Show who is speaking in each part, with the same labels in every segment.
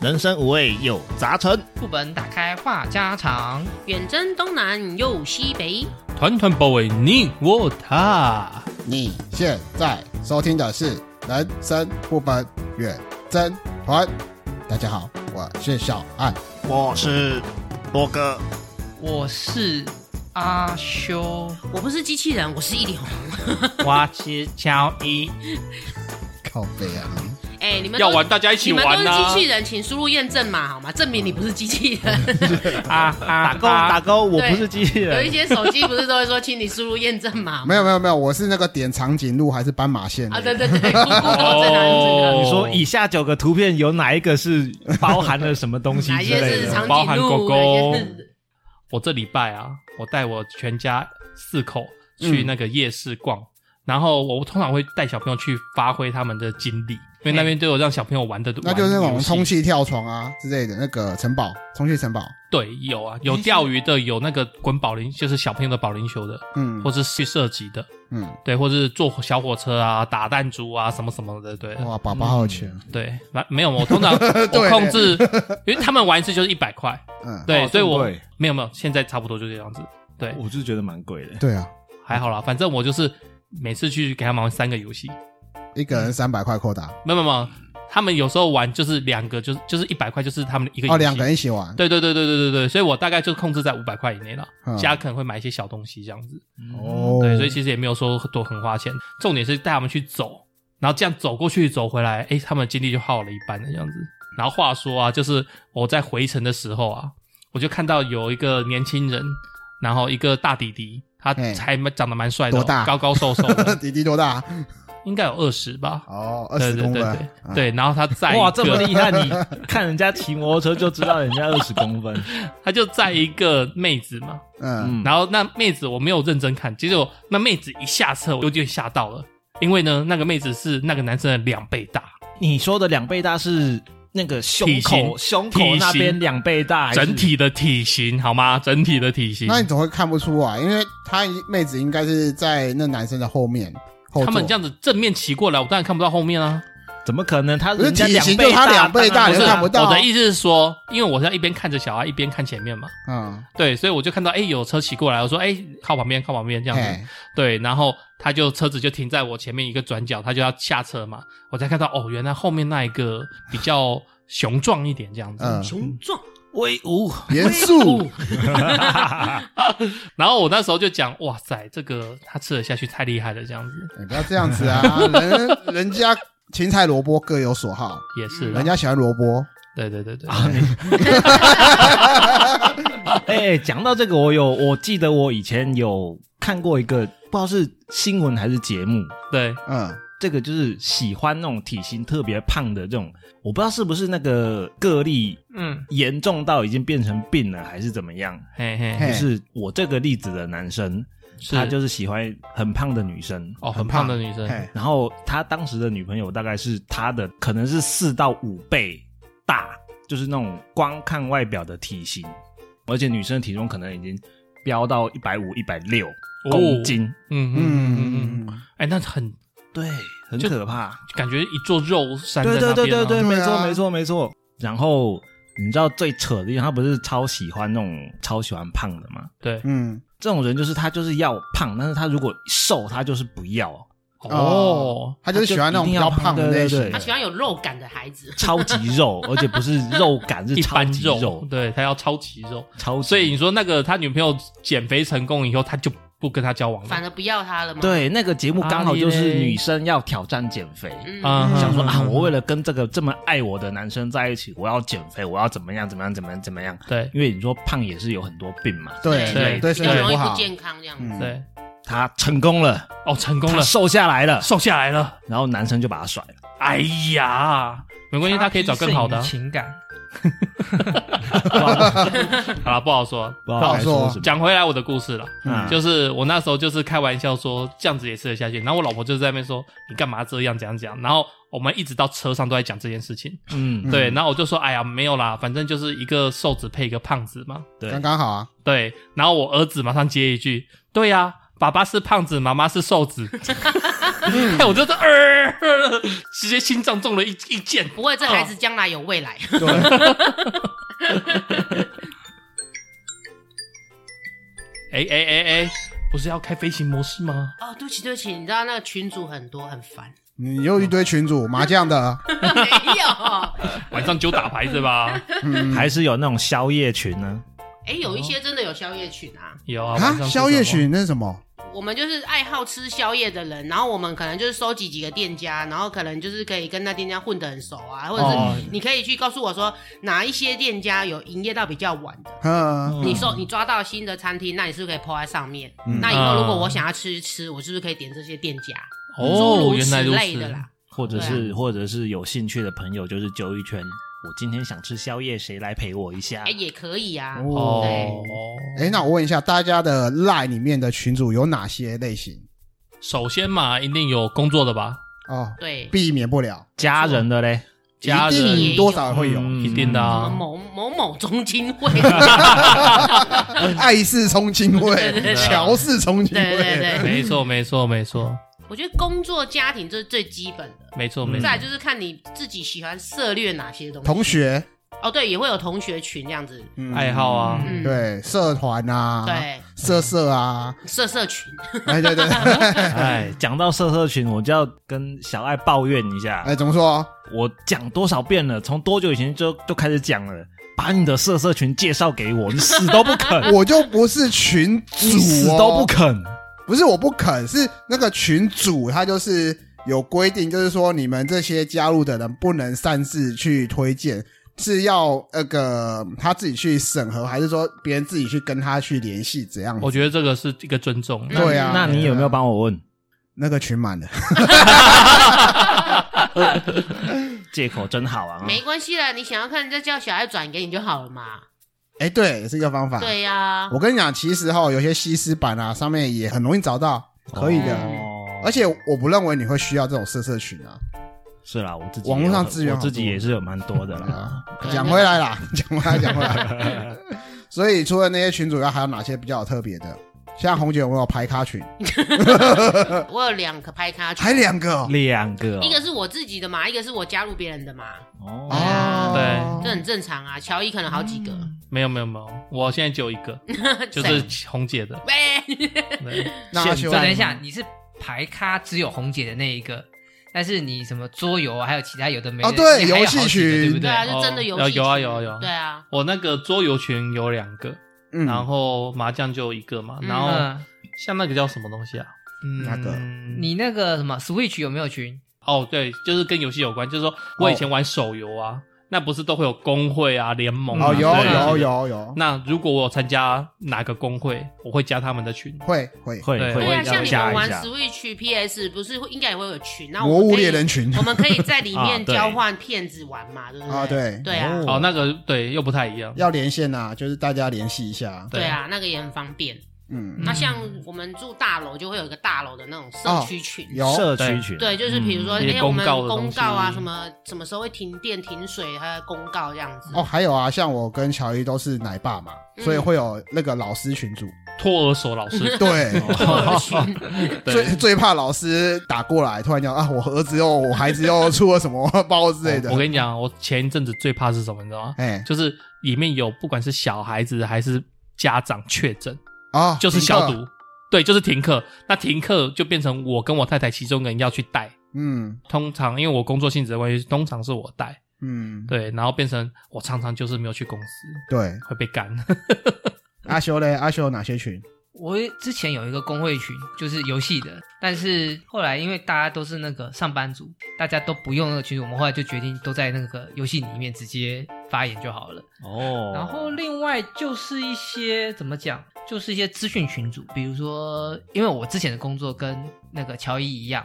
Speaker 1: 人生五味有杂陈，
Speaker 2: 副本打开话家常，
Speaker 3: 远征东南又西北，
Speaker 4: 团团包围你我他。
Speaker 5: 你现在收听的是《人生副本远征团》。大家好，我是小爱。
Speaker 1: 我是波哥。
Speaker 2: 我是阿修，
Speaker 3: 我不是机器人，我是一脸红。
Speaker 2: 我是乔伊，
Speaker 5: 靠背啊，你
Speaker 3: 哎、你们
Speaker 4: 要
Speaker 3: 都
Speaker 4: 玩大家一起
Speaker 3: 你们都
Speaker 4: 玩啊
Speaker 3: 是
Speaker 4: 呐、
Speaker 3: 机器人，请输入验证码好吗？证明你不是机器人。
Speaker 2: 啊啊
Speaker 1: 打勾打勾，我
Speaker 3: 对
Speaker 1: 不是机器
Speaker 3: 有
Speaker 1: 人
Speaker 3: 一。些手机不是都会说，请你输入验证码吗
Speaker 5: 没有没有没有，我是那个点长颈鹿还是斑马线的
Speaker 3: 啊？对对对，姑姑都在哪里？
Speaker 4: 哦
Speaker 1: 你说以下九个图片有哪一个是包含了什么东西
Speaker 3: 哪一
Speaker 1: 之
Speaker 3: 些
Speaker 1: 类
Speaker 3: 是
Speaker 1: 的？
Speaker 3: 长
Speaker 4: 包含
Speaker 3: 颈
Speaker 4: 狗
Speaker 3: 鹿？
Speaker 4: 狗
Speaker 3: 哪些是
Speaker 4: 我这礼拜啊，我带我全家四口去那个夜市逛，然后我通常会带小朋友去发挥他们的精力，因为那边都有让小朋友玩的，
Speaker 5: 那就是那
Speaker 4: 玩游
Speaker 5: 种
Speaker 4: 戏
Speaker 5: 充气跳床啊之类的那个城堡，充气城堡。
Speaker 4: 对，有啊，有钓鱼的，有那个滚保龄，就是小朋友的保龄球的，
Speaker 5: 嗯
Speaker 4: 或是去射击的，
Speaker 5: 嗯，
Speaker 4: 对，或是坐小火车啊、打弹珠啊什么什么的，对
Speaker 5: 哇，爸爸好钱。
Speaker 4: 对，那没有，我通 常我
Speaker 5: 对
Speaker 4: 控制，因为他们玩一次就是一百块，
Speaker 5: 嗯，
Speaker 4: 对，
Speaker 6: 哦
Speaker 4: 所以
Speaker 6: 这么
Speaker 4: 我
Speaker 6: 贵
Speaker 4: 没有没有，现在差不多就这样子，对，
Speaker 6: 我是觉得蛮贵的。
Speaker 5: 对啊，
Speaker 4: 还好啦，反正我就是每次去给他们玩三个游戏，
Speaker 5: 一个人三百块扣打。
Speaker 4: 没有没有，没有他们有时候玩就是两个，就是就是一百块，就是他们的一个游
Speaker 5: 哦，
Speaker 4: 戏
Speaker 5: 两个人一起玩。
Speaker 4: 对对对对对对对，所以我大概就控制在五百块以内了，
Speaker 5: 嗯
Speaker 4: 家可能会买一些小东西这样子，
Speaker 5: 哦，
Speaker 4: 对，所以其实也没有说多很花钱，重点是带他们去走，然后这样走过去走回来，哎，他们的精力就耗了一半了这样子。然后话说啊，就是我在回程的时候啊，我就看到有一个年轻人，然后一个大弟弟，他
Speaker 5: 嗯
Speaker 4: 还蛮长得蛮帅的哦、
Speaker 5: 多大，
Speaker 4: 高高瘦瘦的
Speaker 5: 哦 弟弟多大？
Speaker 4: 应该有二十吧。
Speaker 5: 哦，二
Speaker 4: 对
Speaker 5: 十
Speaker 4: 对
Speaker 5: 公
Speaker 4: 对
Speaker 5: 分。
Speaker 4: 对，对，然后他在
Speaker 1: 哇，
Speaker 4: 一
Speaker 1: 这么
Speaker 4: 个
Speaker 1: 厉害！你看人家骑摩托车就知道人家二十公分，
Speaker 4: 他就在一个妹子嘛，
Speaker 5: 嗯，
Speaker 6: 嗯，
Speaker 4: 然后那妹子我没有认真看，结果那妹子一下车我就有点吓到了，因为呢那个妹子是那个男生的两倍大，
Speaker 1: 你说的两倍大是那个胸口
Speaker 4: 体型
Speaker 1: 胸口那
Speaker 4: 体
Speaker 1: 边
Speaker 4: 型
Speaker 1: 两倍大，还是
Speaker 4: 整体的体型好吗？整体的体型，
Speaker 5: 那你怎么会看不出啊？因为他妹子应该是在那男生的后面。后
Speaker 4: 他们
Speaker 5: 座
Speaker 4: 这样子正面骑过来，我当然看不到后面啊。
Speaker 1: 怎么可能？他
Speaker 5: 不是
Speaker 1: 人家
Speaker 5: 体型
Speaker 1: 倍
Speaker 5: 就他两倍大
Speaker 1: 当然
Speaker 4: 不
Speaker 5: 你
Speaker 1: 不
Speaker 4: 是
Speaker 5: 就
Speaker 1: 是
Speaker 5: 看不到啊
Speaker 4: 我的意思是说，因为我是要一边看着小孩一边看前面嘛，
Speaker 5: 嗯，
Speaker 4: 对，所以我就看到哎、有车骑过来，我说哎、靠旁边靠旁边这样子，
Speaker 5: 嘿
Speaker 4: 对，然后他就车子就停在我前面一个转角，他就要下车嘛，我才看到哦，原来后面那一个比较雄壮 一点这样子，
Speaker 5: 嗯
Speaker 3: 雄壮，
Speaker 1: 威武，
Speaker 5: 严肃，
Speaker 4: 然后我那时候就讲，哇塞，这个他吃得下去太厉害了，这样子
Speaker 5: 你不要这样子 啊！人人家芹菜萝卜各有所好，
Speaker 4: 也是啊啦，
Speaker 5: 嗯人家喜啊欢萝卜，
Speaker 4: 对对对对，
Speaker 1: 哎，讲到这个，我有，我记得我以前有看过一个，不知道是新闻还是节目，
Speaker 4: 对，
Speaker 5: 嗯，
Speaker 1: 这个就是喜欢那种体型特别胖的这种，我不知道是不是那个个例
Speaker 2: 嗯，
Speaker 1: 严重到已经变成病了，还是怎么样？
Speaker 4: 嘿嘿，
Speaker 5: 嘿
Speaker 1: 就是我这个例子的男生，
Speaker 4: 是
Speaker 1: 他就是喜欢很胖的女生。
Speaker 4: 哦很
Speaker 5: 很
Speaker 4: 胖
Speaker 5: 胖
Speaker 4: 的女生，
Speaker 5: 嘿，
Speaker 1: 然后他当时的女朋友大概是他的可能是四到五倍大，就是那种光看外表的体型，而且女生的体重可能已经飙到一百五、一百六
Speaker 4: 哦
Speaker 1: 公斤，
Speaker 4: 嗯嗯嗯嗯嗯，
Speaker 5: 嗯，
Speaker 4: 哎，那很
Speaker 1: 对，很
Speaker 4: 就
Speaker 1: 可怕。
Speaker 4: 感觉一座肉山在
Speaker 1: 对对
Speaker 4: 那边
Speaker 1: 对
Speaker 4: 啊，
Speaker 1: 对对，没
Speaker 5: 对
Speaker 1: 错
Speaker 5: 啊
Speaker 1: 没错没错。然后你知道最扯的地方，他不是超喜欢那种超喜欢胖的吗？
Speaker 4: 对，
Speaker 5: 嗯，
Speaker 1: 这种人就是他就是要胖，但是他如果瘦，他就是不要，
Speaker 4: 哦，
Speaker 5: 他就是喜欢那种比较胖的类
Speaker 1: 他就一定要胖对对
Speaker 5: 型
Speaker 3: 他
Speaker 1: 对，
Speaker 3: 喜欢有肉感的孩子。
Speaker 1: 超级 肉，而且不是肉感，是
Speaker 4: 一
Speaker 1: 超
Speaker 4: 般
Speaker 1: 级
Speaker 4: 肉，对他要超级肉，
Speaker 1: 超级
Speaker 4: 所以你说那个他女朋友减肥成功以后，他就不跟他交往
Speaker 3: 反
Speaker 4: 了，
Speaker 3: 而不要他了吗？，
Speaker 1: 对那个节目刚好就是
Speaker 4: 阿里嘞
Speaker 1: 女生要挑战减肥。
Speaker 3: 嗯，
Speaker 4: 啊
Speaker 1: 想说
Speaker 4: 嗯
Speaker 1: 啊，我为了跟这个这么爱我的男生在一起，我要减肥，我要怎么样怎么样怎么样怎么样？
Speaker 4: 对
Speaker 1: 因为你说胖也是有很多病嘛，
Speaker 5: 对
Speaker 4: 对
Speaker 5: 对，
Speaker 3: 比
Speaker 5: 身
Speaker 3: 较
Speaker 5: 体
Speaker 3: 容易
Speaker 5: 不
Speaker 3: 不
Speaker 5: 好，
Speaker 3: 健康这样子。
Speaker 5: 嗯
Speaker 4: 对，
Speaker 1: 他成功了，
Speaker 4: 哦，成功
Speaker 1: 他
Speaker 4: 了，
Speaker 1: 瘦下来了，
Speaker 4: 瘦下来了，
Speaker 1: 然后男生就把他甩了。
Speaker 4: 哎呀，没关系，他可以找更好的啊，
Speaker 2: 情感，
Speaker 4: 好了，不好说，
Speaker 1: 不知道该说什么。
Speaker 4: 讲回来我的故事了，
Speaker 1: 嗯
Speaker 4: 就是我那时候就是开玩笑说这样子也吃得下去，然后我老婆就在那边说你干嘛这样怎样怎样，然后我们一直到车上都在讲这件事情，
Speaker 1: 嗯，
Speaker 4: 对，然后我就说哎呀没有啦，反正就是一个瘦子配一个胖子嘛，
Speaker 1: 对
Speaker 5: 刚刚好啊，
Speaker 4: 对，然后我儿子马上接一句，对呀、啊爸爸是胖子，妈妈是瘦子。
Speaker 5: 嗯
Speaker 4: 哎，我就是呃，呃直接心脏中了一一箭。
Speaker 3: 不过这孩子将来有未来。
Speaker 5: 对，
Speaker 4: 哎哎哎哎，不是要开飞行模式吗？
Speaker 3: 哦，对不起对不起，你知道那个群主很多很烦，
Speaker 5: 你又一堆群主麻将的，
Speaker 3: 没有。
Speaker 4: 晚上就打牌是吧？
Speaker 5: 嗯，
Speaker 1: 还是有那种宵夜群呢？
Speaker 3: 哎、有一些真的有宵夜群啊，
Speaker 4: 有啊，晚
Speaker 5: 啊
Speaker 4: 上
Speaker 5: 宵夜群那是什么？
Speaker 3: 我们就是爱好吃宵夜的人，然后我们可能就是收集几个店家，然后可能就是可以跟那店家混得很熟啊，或者
Speaker 4: 哦
Speaker 3: 是你可以去告诉我说哪一些店家有营业到比较晚的。
Speaker 5: 嗯，
Speaker 3: 你说你抓到新的餐厅，那你是不是可以 PO 在上面？
Speaker 5: 嗯
Speaker 3: 那以后如果我想要吃吃，我是不是可以点这些店家？诸
Speaker 4: 哦，
Speaker 3: 如
Speaker 4: 原来
Speaker 3: 此
Speaker 4: 如
Speaker 3: 类的
Speaker 4: 此。
Speaker 3: 啦。
Speaker 1: 或者是、或者是有兴趣的朋友，就是揪一圈。我今天想吃宵夜，谁来陪我一下
Speaker 3: 哎、？也可以啊。
Speaker 5: 哦，
Speaker 4: 哦，
Speaker 5: 哎，那我问一下，大家的 Line 里面的群主有哪些类型？
Speaker 4: 首先嘛，一定有工作的吧？
Speaker 5: 哦，
Speaker 3: 对，
Speaker 5: 避免不了，
Speaker 1: 家人的嘞，
Speaker 4: 家人
Speaker 5: 一定多少会有
Speaker 1: 嗯
Speaker 4: 一定
Speaker 3: 什
Speaker 4: 的
Speaker 3: 么
Speaker 4: 啊。
Speaker 3: 呃某某某中金 会，
Speaker 5: 爱是冲金
Speaker 3: 对对
Speaker 5: 会，
Speaker 3: 对
Speaker 5: 乔是冲金
Speaker 3: 对对对，
Speaker 5: 会，
Speaker 4: 没错，没错，没错，
Speaker 3: 我觉得工作家庭这是最基本的。
Speaker 4: 没错，
Speaker 1: 嗯
Speaker 4: 没错
Speaker 3: 再来。就是看你自己喜欢涉猎哪些东西。
Speaker 5: 同学，
Speaker 3: 哦，对，也会有同学群这样子。
Speaker 5: 嗯
Speaker 4: 爱好啊，
Speaker 3: 嗯，
Speaker 5: 对，社团啊，，
Speaker 3: 对，
Speaker 5: 社社啊，
Speaker 3: 社社群。
Speaker 5: 哎，对对，对
Speaker 1: 哎，讲到社社群，我就要跟小爱抱怨一下。
Speaker 5: 哎，怎么说？
Speaker 1: 我讲多少遍了？从多久以前就就开始讲了？把你的社社群介绍给我，你死都不 肯，
Speaker 5: 我就不是群主、哦
Speaker 1: 你死都不，肯。
Speaker 5: 不是我不肯，是那个群主他就是有规定，就是说你们这些加入的人不能擅自去推荐，是要那个他自己去审核，还是说别人自己去跟他去联系怎样？
Speaker 4: 我觉得这个是一个尊重。
Speaker 5: 对
Speaker 1: 哦
Speaker 5: 啊，
Speaker 1: 那你有没有帮我问
Speaker 5: 那个群满了？
Speaker 1: 借口真好啊？
Speaker 3: 没关系啦，你想要看，你再叫小孩转给你就好了嘛。
Speaker 5: 哎，对，也是一个方法。
Speaker 1: 啊
Speaker 3: 对呀、
Speaker 5: 我跟你讲，其实哈，有些西施版啊，上面也很容易找到，可以的。
Speaker 1: 哦
Speaker 5: 而且我不认为你会需要这种色色群啊。
Speaker 1: 是啦，我自己
Speaker 5: 网络上
Speaker 1: 也有很
Speaker 5: 资源
Speaker 1: 我自己
Speaker 5: 好多
Speaker 1: 也是有蛮多的啦。
Speaker 5: 啊，讲回来啦，讲回来，讲回来。所以除了那些群主，要还有哪些比较特别的？像红姐有没有排咖群？
Speaker 3: 我有两个拍咖群，
Speaker 5: 还两个 哦
Speaker 1: 两个哦，
Speaker 3: 一个是我自己的嘛，一个是我加入别人的嘛，
Speaker 1: 哦，
Speaker 5: 哦，
Speaker 3: 这很正常啊。乔伊可能好几个，
Speaker 5: 嗯
Speaker 4: 没有，没有，没有，我现在只有一个，就是红姐的。
Speaker 3: 喂，
Speaker 4: 对
Speaker 5: 那阿修
Speaker 2: 等一下，你是排咖只有红姐的那一个，但是你什么桌游啊还有其他有的没的
Speaker 5: 哦对
Speaker 2: 你还有好
Speaker 5: 游戏
Speaker 2: 几个
Speaker 5: 群
Speaker 2: 对不
Speaker 3: 对
Speaker 2: 对？
Speaker 3: 啊，
Speaker 4: 对
Speaker 3: 就真的游戏
Speaker 4: 哦
Speaker 3: 群、
Speaker 4: 有啊有啊有啊
Speaker 3: 对啊，
Speaker 4: 我那个桌游群有两个，
Speaker 5: 嗯
Speaker 4: 然后麻将就一个嘛，
Speaker 3: 嗯
Speaker 4: 然后
Speaker 2: 嗯，
Speaker 4: 像那个叫什么东西啊？嗯，
Speaker 5: 哪个
Speaker 2: 你那个什么 Switch 有没有群？
Speaker 4: 哦，对，就是跟游戏有关，就是说我以前玩手游啊，那不是都会有工会啊、联盟啊
Speaker 5: 哦，有
Speaker 4: 之类的
Speaker 5: 有。有有，
Speaker 4: 那如果我有参加哪个工会，我会加他们的群。
Speaker 5: 会会
Speaker 1: 会
Speaker 4: 对
Speaker 1: 会
Speaker 3: 对啊，
Speaker 1: 要
Speaker 3: 像你
Speaker 1: 加
Speaker 3: 们
Speaker 1: 一
Speaker 3: 玩
Speaker 1: 下。
Speaker 3: Switch、PS 不是会应该也会有群，那
Speaker 5: 魔
Speaker 3: 我
Speaker 5: 物
Speaker 3: 们可以
Speaker 5: 猎人群
Speaker 3: 我们可以在 里
Speaker 1: 啊
Speaker 3: 面
Speaker 1: 对
Speaker 3: 交换骗子玩嘛，对不对？
Speaker 5: 啊，对，
Speaker 3: 对啊，
Speaker 4: 哦，那个对，又不太一样。
Speaker 5: 要连线啊，就是大家联系一下。
Speaker 3: 对啊，那个也很方便。
Speaker 5: 嗯，
Speaker 3: 那像我们住大楼，就会有一个大楼的那种社
Speaker 5: 哦
Speaker 3: 区群。
Speaker 5: 有
Speaker 1: 社区群，
Speaker 3: 对，就是比如说，
Speaker 4: 嗯一
Speaker 3: 哎、
Speaker 4: 些
Speaker 3: 我
Speaker 4: 公
Speaker 3: 们
Speaker 4: 告的东
Speaker 3: 公
Speaker 4: 西
Speaker 3: 告啊，什么什么时候会停电、停水，还有公告这样子。
Speaker 5: 哦，还有啊，像我跟乔伊都是奶爸嘛，所以会有那个老师群主。，
Speaker 4: 托儿所老师
Speaker 5: 对，
Speaker 3: 社 区群，
Speaker 5: 最
Speaker 4: 对，
Speaker 5: 最怕老师打过来，突然讲啊，我儿子又我孩子又出了什么 包之类的
Speaker 4: 我。跟你讲，我前一阵子最怕是什么，你知道吗？
Speaker 5: 哎
Speaker 4: 就是里面有不管是小孩子还是家长确诊，
Speaker 5: 啊，
Speaker 4: 就是
Speaker 5: 停课
Speaker 4: 消。毒，对，就是停课。那停课就变成我跟我太太其中一个人要去带。
Speaker 5: 嗯
Speaker 4: 通常因为我工作性质的关系，通常是我带，
Speaker 5: 嗯，
Speaker 4: 对，然后变成我常常就是没有去公司，
Speaker 5: 对。
Speaker 4: 会被干。
Speaker 5: 阿修嘞，阿修有哪些群？
Speaker 2: 我之前有一个工会群，就是游戏的，但是后来因为大家都是那个上班族，大家都不用那个群组，我们后来就决定都在那个游戏里面直接发言就好了。
Speaker 1: 哦，
Speaker 2: 然后另外就是一些怎么讲，就是一些资讯群组，比如说，因为我之前的工作跟那个乔伊一样，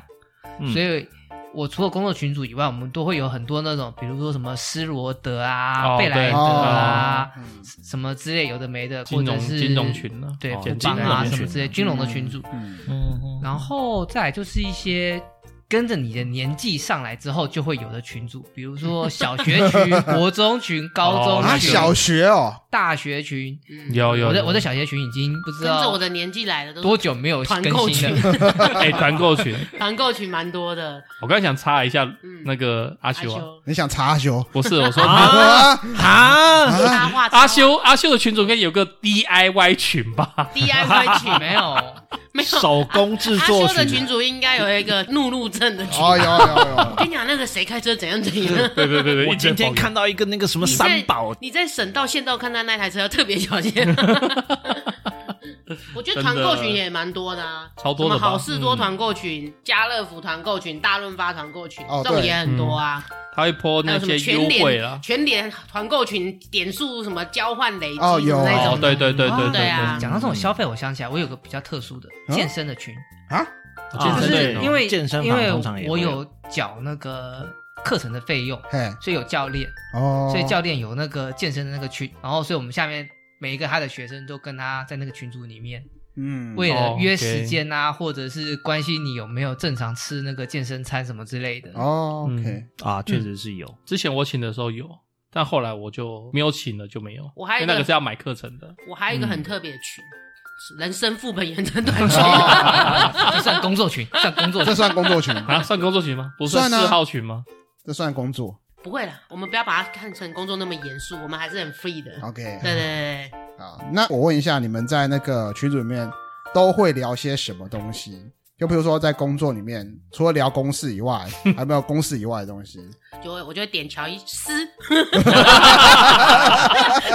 Speaker 1: 嗯
Speaker 2: 所以我除了工作群组以外，我们都会有很多那种，比如说什么施罗德啊、
Speaker 4: 哦
Speaker 2: 贝莱
Speaker 4: 对哦
Speaker 2: 德啊、
Speaker 5: 嗯
Speaker 2: 什么之类有的没的，
Speaker 4: 金融
Speaker 2: 或者是
Speaker 4: 金融群啊
Speaker 2: 对
Speaker 4: 哦
Speaker 2: 富邦
Speaker 1: 金融
Speaker 2: 啊
Speaker 1: 群
Speaker 2: 什么之类，金融的群组。
Speaker 5: 嗯，
Speaker 4: 嗯，
Speaker 2: 然后再来就是一些跟着你的年纪上来之后，就会有的群组，比如说小学 群、国中群、高中
Speaker 4: 哦
Speaker 2: 群、
Speaker 5: 啊，
Speaker 4: 那就
Speaker 5: 小学哦，
Speaker 2: 大学群。
Speaker 3: 嗯，
Speaker 4: 有有，
Speaker 2: 我在
Speaker 4: 有
Speaker 2: 我在小学群已经不知
Speaker 3: 跟着我
Speaker 2: 道
Speaker 3: 的年纪来的都是
Speaker 2: 多久没有
Speaker 3: 团
Speaker 2: 更
Speaker 3: 购
Speaker 2: 新了。
Speaker 4: 哎团购群，
Speaker 3: 团购群蛮多的。
Speaker 4: 我刚才想插一下
Speaker 3: 嗯，
Speaker 4: 那个阿
Speaker 3: 阿
Speaker 4: 修啊，
Speaker 3: 修，
Speaker 5: 你想查修
Speaker 4: 不是我说
Speaker 5: 啊？
Speaker 1: 啊，
Speaker 3: 插画
Speaker 4: 阿修阿修的群主应该有个 DIY 群 吧？
Speaker 3: DIY 群
Speaker 2: 没有，
Speaker 3: 没有
Speaker 1: 手工制
Speaker 3: 阿
Speaker 1: 作
Speaker 3: 修的
Speaker 1: 群
Speaker 3: 群，主应该有一个怒路症的群。
Speaker 5: 哦，有有有，
Speaker 3: 我跟你讲，那个谁开车怎样怎样。
Speaker 4: 对对对对，
Speaker 1: 我
Speaker 4: 一直
Speaker 1: 今
Speaker 4: 在
Speaker 1: 天
Speaker 4: 抱怨
Speaker 1: 看到一个那个什么
Speaker 3: 你在
Speaker 1: 三宝，
Speaker 3: 你在省道、县道看到那台车要特别 小心。我觉得团购群也蛮多的啊，
Speaker 4: 超多
Speaker 3: 什
Speaker 4: 的
Speaker 3: 么
Speaker 4: 吧
Speaker 3: 好事多团购群、家乐福团购群、大润发团购群，
Speaker 5: 哦
Speaker 3: 这种也很多啊。
Speaker 4: 他会
Speaker 3: 还
Speaker 4: 泼嗯那
Speaker 3: 有什么
Speaker 4: 些
Speaker 3: 全
Speaker 4: 优惠啊
Speaker 3: 联
Speaker 4: 啦。
Speaker 3: 全联团购群点数什么交换累积
Speaker 5: 哦有
Speaker 3: 那
Speaker 4: 哦
Speaker 3: 种，的，
Speaker 4: 对对对对
Speaker 2: 哦
Speaker 3: 对啊
Speaker 2: 讲到这种消费，我想起来，我有个比较特殊的
Speaker 5: 嗯
Speaker 2: 健身的群，
Speaker 4: 我
Speaker 1: 啊
Speaker 2: 就
Speaker 4: 健身
Speaker 2: 是
Speaker 1: 对
Speaker 2: 因为
Speaker 1: 健身
Speaker 2: 因
Speaker 1: 房
Speaker 2: 为
Speaker 1: 通常也
Speaker 2: 我
Speaker 1: 会
Speaker 2: 有缴那个课程的费用，
Speaker 5: 嘿，
Speaker 2: 所以有教练，
Speaker 5: 哦，
Speaker 2: 所以教练有那个健身的那个群，然后所以我们下面每一个他的学生都跟他在那个群组里面，
Speaker 5: 嗯，
Speaker 2: 为
Speaker 4: 哦
Speaker 2: 了
Speaker 4: ，OK
Speaker 2: 约时间啊，或者是关心你有没有正常吃那个健身餐什么之类的。
Speaker 5: 哦，OK，
Speaker 4: 嗯
Speaker 1: 啊，确实是有。
Speaker 4: 之前我请的时候有，但后来我就没有请了，就没有。
Speaker 3: 我还有一
Speaker 4: 因
Speaker 3: 个
Speaker 4: 为那个是要买课程的，
Speaker 3: 我还有一个很特别的群，人生副本延伸团群。
Speaker 4: 嗯
Speaker 5: 哦
Speaker 2: 这算工作群，算工作
Speaker 5: 这
Speaker 2: 群。
Speaker 5: 算工作群，
Speaker 4: 啊，算工作群吗？不算
Speaker 5: 算啊
Speaker 4: 嗜好群吗？
Speaker 5: 这算工作
Speaker 3: 不会啦，我们不要把它看成工作那么严肃，我们还是很 free 的。
Speaker 5: ，OK，
Speaker 3: 对对对，对
Speaker 5: 好，那我问一下，你们在那个群组里面都会聊些什么东西？就比如说在工作里面，除了聊公事 以外，还有没有公事以外的东西？
Speaker 3: 就会我就会点乔伊 斯，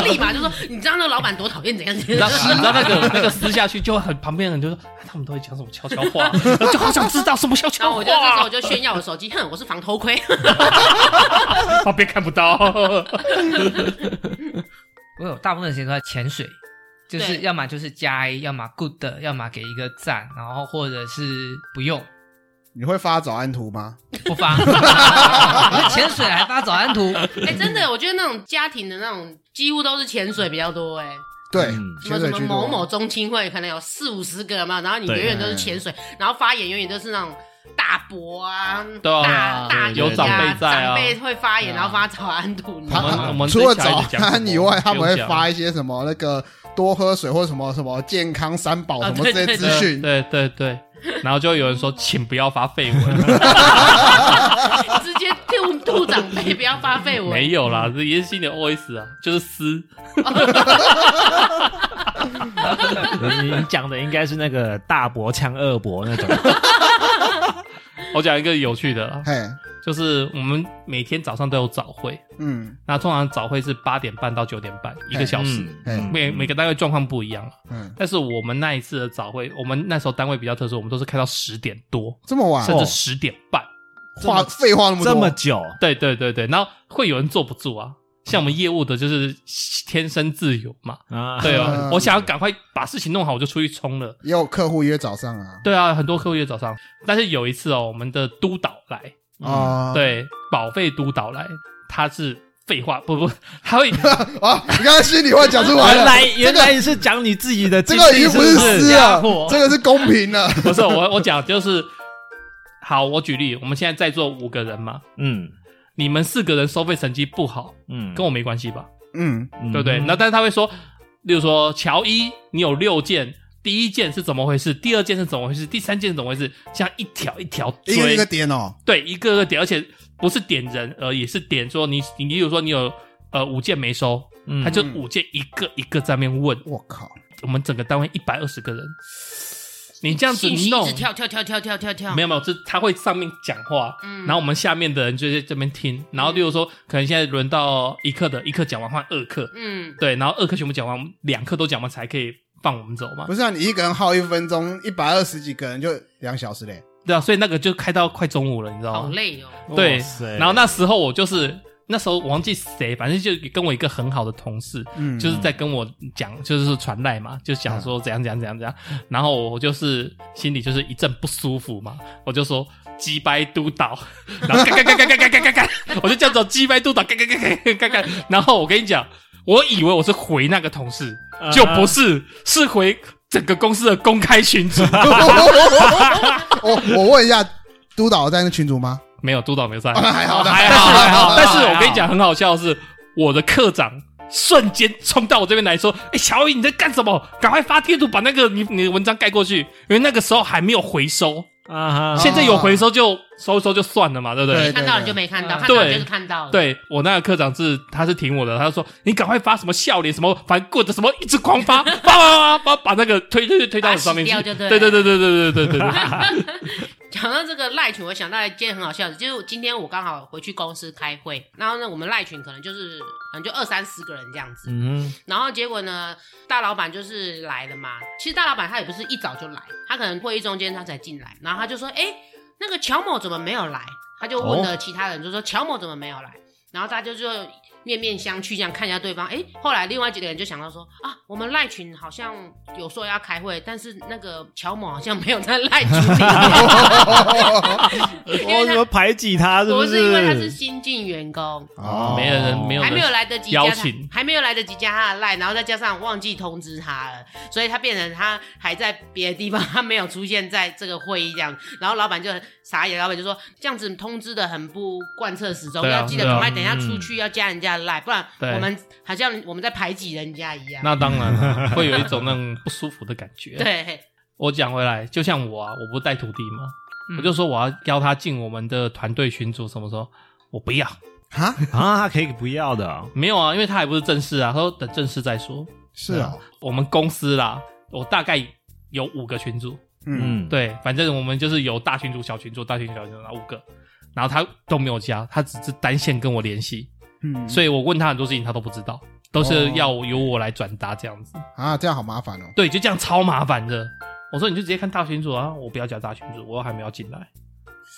Speaker 3: 立马就说你知道那个老板多讨厌怎样怎
Speaker 4: 你 知道
Speaker 3: 样。
Speaker 4: 你知道那个那个撕下去就会很旁边的人就说、哎他们都会讲什么悄悄话， 我就好想知道什么悄
Speaker 3: 然
Speaker 4: 悄
Speaker 3: 后我
Speaker 4: 话。
Speaker 3: 就这时候我就炫耀我手机，哼，我是防偷窥。
Speaker 4: 旁边看不到，
Speaker 2: 我有大部分时间都在潜水，就是
Speaker 3: 对
Speaker 2: 要么就是加一，要么 good，要么给一个赞，然后或者是不 用
Speaker 5: 你会发早安图吗？
Speaker 2: 不发。我潜水还发早安图，
Speaker 3: 哎、真的，我觉得那种家庭的那种几乎都是潜水比较多哎、
Speaker 5: 对
Speaker 1: 嗯，
Speaker 3: 什么
Speaker 5: 潜
Speaker 3: 什
Speaker 5: 水
Speaker 3: 么
Speaker 5: 居
Speaker 3: 某
Speaker 5: 多。啊
Speaker 3: 某中青会可能有四五十个嘛，然后你
Speaker 1: 对
Speaker 3: 永远都
Speaker 4: 哎
Speaker 3: 是潜水，然后发言永远都是那种大伯啊，
Speaker 4: 对
Speaker 3: 大
Speaker 4: 啊
Speaker 3: 大
Speaker 1: 对
Speaker 3: 姨
Speaker 1: 有
Speaker 3: 啊
Speaker 1: 长
Speaker 4: 辈在啊
Speaker 3: 长辈会发言，
Speaker 4: 对啊
Speaker 3: 然后发早安图，你知
Speaker 5: 他
Speaker 3: 道
Speaker 4: 我
Speaker 3: 吗
Speaker 4: 们我们
Speaker 5: 除了
Speaker 4: 这一集还
Speaker 5: 早
Speaker 4: 是讲什
Speaker 5: 安
Speaker 4: 么
Speaker 5: 以外，他们
Speaker 4: 不用
Speaker 5: 会
Speaker 4: 讲
Speaker 5: 发一些什么那个多喝水或者什么什么健康三宝
Speaker 3: 啊
Speaker 5: 什么这些
Speaker 3: 对对
Speaker 5: 资讯。
Speaker 4: 对对对，然后就有人说，请不要发绯闻，
Speaker 3: 直接吐吐长辈，不要发绯闻。
Speaker 4: 没有啦，这也是新的 OS 啊，就是撕，
Speaker 1: 你你讲的应该是那个大伯呛二伯那种，
Speaker 4: 我讲一个有趣的啦，
Speaker 5: 嘿，
Speaker 4: 就是我们每天早上都有早会，
Speaker 5: 嗯
Speaker 4: 那通常早会是八点半到九点半，一个小时。
Speaker 5: 嗯
Speaker 4: 每每个单位状况不一样啊
Speaker 5: 嗯，
Speaker 4: 但是我们那一次的早会，我们那时候单位比较特殊，我们都是开到十点多，
Speaker 5: 这么晚，
Speaker 4: 甚至
Speaker 5: 哦
Speaker 4: 十点半。
Speaker 5: 话废话那么多，
Speaker 1: 嗯这么久，
Speaker 4: 对对对对，然后会有人坐不住啊，像我们业务的就是天生自由嘛，
Speaker 1: 啊，
Speaker 4: 对
Speaker 5: 啊
Speaker 4: 啊，我想要赶快把事情弄好，我就出去冲了。
Speaker 5: 也有客户约早上啊。
Speaker 4: 对啊，很多客户也早上，但是有一次哦，我们的督导来，
Speaker 5: 啊，
Speaker 4: 嗯对，保费督导来，他是废话，不不，他会
Speaker 5: 啊，你刚才心里话讲出来
Speaker 1: 原
Speaker 5: 了，
Speaker 1: 来原来是讲你自己的
Speaker 5: 这
Speaker 1: 经历，
Speaker 5: 个已经不
Speaker 1: 是
Speaker 5: 私
Speaker 1: 家
Speaker 5: 了
Speaker 1: 伙，
Speaker 5: 这个是公 平的。
Speaker 4: 不是我我讲就是，好，我举例，我们现在在座五个人嘛，
Speaker 1: 嗯
Speaker 4: 你们四个人收费成绩不好，
Speaker 1: 嗯，
Speaker 4: 跟我没关系吧？
Speaker 5: 嗯，
Speaker 1: 嗯
Speaker 4: 对不对？那但是他会说，例如说乔伊，你有六件，第一件是怎么回事？第二件是怎么回事？第三件是怎么回事？这样一条一条
Speaker 5: 一个
Speaker 4: 追，
Speaker 5: 一个点哦，
Speaker 4: 对，一个个点，而且不是点人而已，是点说你，你例如说你有呃五件没收，
Speaker 1: 嗯
Speaker 4: 他就五件一个一个在面问，
Speaker 5: 我靠，
Speaker 4: 我们整个单位一百二十个人，你这样子
Speaker 3: 信息一
Speaker 4: 弄
Speaker 3: 直。跳跳跳跳跳跳跳，
Speaker 4: 没有没有，这他会上面讲话，
Speaker 3: 嗯
Speaker 4: 然后我们下面的人就在这边听，然后例如说，可能现在轮到一课的，一课讲完换二课，
Speaker 3: 嗯，
Speaker 4: 对，然后二课全部讲完，我们两课都讲完才可以放我们走嘛
Speaker 5: 不。是啊，你一个人耗一分钟，一百二十几个人就两小时嘞。
Speaker 4: 对啊，所以那个就开到快中午了，你知道
Speaker 3: 好
Speaker 4: 吗？
Speaker 3: 累哦。
Speaker 4: 对
Speaker 1: 哇塞
Speaker 4: 然后那时候我就是那时候我忘记谁，反正就跟我一个很好的同事，
Speaker 5: 嗯，
Speaker 4: 就是在跟我讲，就是传赖嘛，就讲说怎样怎样怎样怎样。然后我就是心里就是一阵不舒服嘛，我就说鸡掰督导，然后干干干干干干干干，我就叫做鸡掰督导，干干干干干干。然后我跟你讲，我以为我是回那个同事，
Speaker 5: 嗯
Speaker 4: 就不是，是回整个公司的公开群组。
Speaker 5: 我我问一下，督导在那群组吗？
Speaker 4: 没有督导没在，
Speaker 5: 哦那还好那
Speaker 4: 还
Speaker 5: 还
Speaker 4: 好
Speaker 5: 好
Speaker 4: 还好。但
Speaker 5: 那还
Speaker 4: 是
Speaker 5: 好
Speaker 4: 我跟你讲，很好笑的是，我的课长瞬间冲到我这边来说：“哎，小雨你在干什么？赶快发贴图把那个你你的文章盖过去，因为那个时候还没有回收，
Speaker 1: 啊哈，
Speaker 4: 现在有回收就收一收就算了嘛，对不对
Speaker 5: 对？”
Speaker 3: 看到了就没看到，
Speaker 2: 嗯
Speaker 3: 看到了
Speaker 4: 对
Speaker 3: 就是看到了。，
Speaker 4: 对我那个科长是，他是挺我的，他说你赶快发什么笑脸什么反过的什么，一直狂发发发发发，把那个推推推推到我上面去
Speaker 3: 把它洗掉就，对
Speaker 4: 对对对对对对对对对，
Speaker 3: 讲到这个赖群，我想到一件很好笑的，就是今天我刚好回去公司开会，然后呢，我们赖群可能就是可能就二三十个人这样子，
Speaker 1: 嗯哼，
Speaker 3: 然后结果呢，大老板就是来了嘛。其实大老板他也不是一早就来，他可能会议中间他才进来，然后他就说：“哎，那个乔某怎么没有来？”他就问了其他人，就说：“乔某怎么没有来？”然后大家就就面面相觑，这样看一下对方。哎，后来另外几个人就想到说：“啊，我们赖群好像有说要开会，但是那个乔某好像没有在赖群里面因
Speaker 1: 我怎
Speaker 3: 为
Speaker 1: 么排挤他？是
Speaker 3: 他不
Speaker 1: 是？
Speaker 3: 是因为他是新进员工。”
Speaker 5: 哦
Speaker 4: 没人没有
Speaker 3: 还
Speaker 4: 人
Speaker 3: 没有来得及加
Speaker 4: 邀
Speaker 3: 他
Speaker 4: 请，
Speaker 3: 还没有来得及加他的赖，然后再加上忘记通知他了，所以他变成他还在别的地方，他没有出现在这个会议这样。然后老板就傻眼，老板就说这样子通知的很不贯彻始终，
Speaker 4: 对啊
Speaker 3: 要记得
Speaker 4: 对啊
Speaker 3: 赶快等一下出去要加人家的赖，不然
Speaker 4: 对
Speaker 3: 我们好像我们在排挤人家一样。
Speaker 4: 那当然了，会有一种那种不舒服的感觉。
Speaker 3: 对，
Speaker 4: 我讲回来，就像我啊，我不是带徒弟吗？
Speaker 2: 嗯
Speaker 4: 我就说我要邀他进我们的团队群组，什么时候？我不要，
Speaker 5: 哈，
Speaker 1: 啊，他可以不要的哦，
Speaker 4: 没有啊，因为他还不是正式啊，他说等正式再说。啊
Speaker 5: 是哦，
Speaker 4: 我们公司啦，我大概有五个群组，
Speaker 5: 嗯，
Speaker 1: 嗯，
Speaker 4: 对，反正我们就是有大群组、小群组、大群组、小群组，然后五个，然后他都没有加，他只是单线跟我联系，
Speaker 5: 嗯，哦
Speaker 4: 所以我问他很多事情他都不知道，都是要由我来转达这样子。
Speaker 5: 啊，这样好麻烦哦。
Speaker 4: 对，就这样超麻烦的。我说你就直接看大群组啊，我不要加大群组，我还没有进来。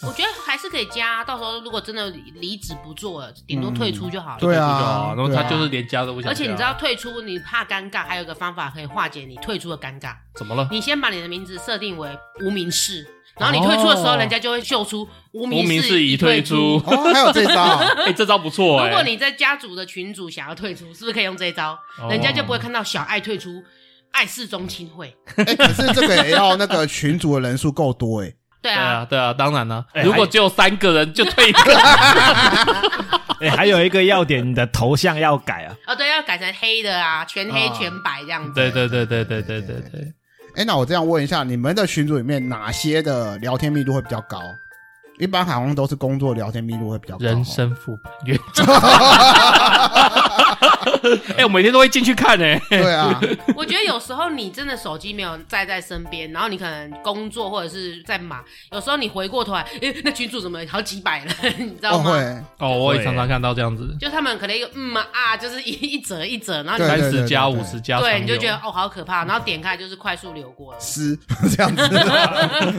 Speaker 3: 我觉得还是可以加，啊到时候如果真的离职不做了，顶多退出就好了。
Speaker 5: 对啊
Speaker 4: 就然后
Speaker 5: 对啊
Speaker 4: 他就是连加都不想加。啊
Speaker 3: 而且你知道退出你怕尴尬，还有一个方法可以化解你退出的尴尬。
Speaker 4: 怎么了？
Speaker 3: 你先把你的名字设定为无名氏，然后你退出的时候，
Speaker 4: 哦
Speaker 3: 人家就会秀出无
Speaker 4: 无名
Speaker 3: 氏
Speaker 4: 氏已
Speaker 3: 退
Speaker 4: 退出。。
Speaker 5: 哦，还有这招啊，
Speaker 4: 哎、这招不错哎、
Speaker 3: 如果你在家族的群组想要退出，是不是可以用这一招？
Speaker 4: 哦
Speaker 3: 人家就不会看到小爱退出爱氏宗亲会。
Speaker 5: 哎，可是这个也要那个群主的人数够多哎，
Speaker 3: 对
Speaker 4: 对
Speaker 3: 啊，
Speaker 4: 啊，对啊，当然了、
Speaker 1: 哎
Speaker 4: 如果
Speaker 1: 还
Speaker 4: 只有三个人，就退一个。
Speaker 1: 哎，还有一个要点，你的头像要改啊，
Speaker 3: 哦对，要改成黑的啊，全黑
Speaker 5: 啊
Speaker 3: 全白这样子。
Speaker 4: 哦对对对对对对对对。
Speaker 5: 哎，那我这样问一下，你们的群组里面哪些的聊天密度会比较高？一般好像都是工作聊天密度会比较高哦，
Speaker 4: 人生副本原则。哎、我每天都会进去看哎、
Speaker 5: 对啊，
Speaker 3: 我觉得有时候你真的手机没有在在身边，然后你可能工作或者是在忙，有时候你回过头来，诶、那群主怎么好几百人， 你知道
Speaker 5: 哦
Speaker 3: 吗？
Speaker 5: 会，
Speaker 4: 哦，我也常常看到这样子，
Speaker 3: 就他们可能一个嗯啊啊，就是一一折一折，然后你
Speaker 5: 对
Speaker 4: 三
Speaker 5: 对
Speaker 4: 十加
Speaker 5: 对
Speaker 4: 五十加，
Speaker 3: 对，你就觉得哦好可怕，然后点开就是快速流过了。
Speaker 5: 是这 样子，
Speaker 4: 哎、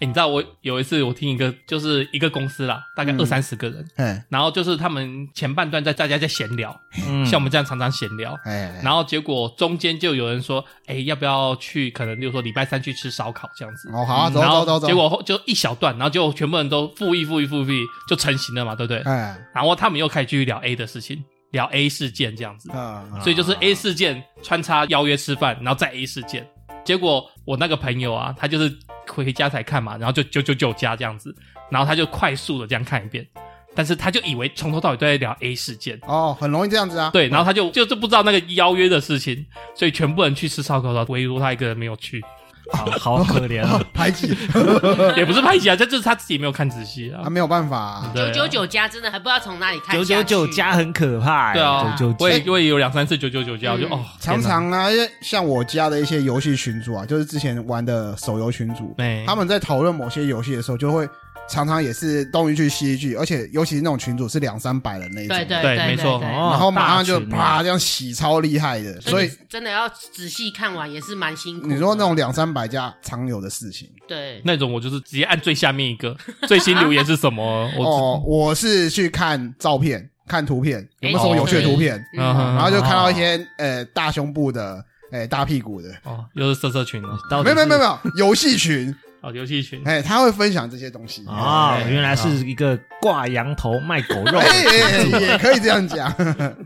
Speaker 4: 你知道我有一次我听一个，就是一个公司啦，大概
Speaker 5: 嗯
Speaker 4: 二三十个人，
Speaker 5: 哎
Speaker 4: 然后就是他们前半段在大家在闲聊，
Speaker 1: 嗯
Speaker 4: 像我们这样常常闲聊，
Speaker 5: 哎，
Speaker 4: 然后结果中间就有人说，哎、要不要去？可能比如说礼拜三去吃烧烤这样子。
Speaker 5: 哦好啊，走
Speaker 4: 然后
Speaker 5: 走走走，
Speaker 4: 结果后就一小段，然后结果全部人都复议复议复议，复议就成型了嘛，对不对？
Speaker 5: 哎
Speaker 4: 然后他们又开始继续聊 A 的事情，聊 A 事件这样子。
Speaker 5: 啊
Speaker 4: 所以就是 A 事件穿插邀约吃饭，然后再 A 事件。结果我那个朋友啊，他就是回家才看嘛，然后就九九九加这样子，然后他就快速的这样看一遍，但是他就以为从头到尾都在聊 A 事件，
Speaker 5: 哦，很容易这样子啊，
Speaker 4: 对，然后他就就就不知道那个邀约的事情，所以全部人去吃烧烤的时候，唯独他一个人没有去，
Speaker 1: 好好可怜啊，
Speaker 5: 排挤，呃
Speaker 4: 也不是排挤啊，这就是他自己没有看仔细啊
Speaker 5: 啊，。没有办法啊，
Speaker 4: 对
Speaker 3: 九九
Speaker 4: 啊
Speaker 3: 九加真的还不知道从哪里看
Speaker 1: 九
Speaker 3: 下去。
Speaker 1: 九九加很可怕欸，
Speaker 4: 对
Speaker 5: 哎
Speaker 4: 啊
Speaker 1: 九
Speaker 4: 我
Speaker 1: 九
Speaker 4: 也
Speaker 1: 九，
Speaker 4: 我也有两三次九九九加，我就
Speaker 3: 嗯
Speaker 4: 哦，
Speaker 5: 常
Speaker 4: 天哪
Speaker 5: 常啊，因为像我家的一些游戏群组啊，就是之前玩的手游群组，
Speaker 4: 哎
Speaker 5: 他们在讨论某些游戏的时候，就会常常也是东一句西一句，而且尤其是那种群组是两三百人那一种，
Speaker 3: 对对
Speaker 4: 对
Speaker 3: 对
Speaker 4: 没错
Speaker 3: 对
Speaker 1: 哦
Speaker 5: 然后马上就
Speaker 1: 大群啊
Speaker 5: 啪这样洗超厉害的，所以
Speaker 3: 真的真的要仔细看完也是蛮辛苦的。
Speaker 5: 你说那种两三百家常有的事情。
Speaker 3: 对，
Speaker 4: 那种我就是直接按最下面一个最新留言是什么，我
Speaker 5: 哦，我是去看照片、看图片，有没有什么有趣的图片？
Speaker 4: 嗯
Speaker 1: 哦
Speaker 4: 嗯
Speaker 5: 然后就看到一些呃大胸部的，呃大屁股的，
Speaker 4: 哦又是色色群了，
Speaker 1: 到底
Speaker 5: 没有没有没有
Speaker 1: 是
Speaker 5: 没有游 戏群，
Speaker 4: 哦游戏群，
Speaker 5: 哎，他会分享这些东西
Speaker 1: 哦，
Speaker 5: 哎
Speaker 1: 原来是一个挂羊头卖狗肉的
Speaker 5: 哎哎
Speaker 1: 群组，
Speaker 5: 哎也可以这样讲。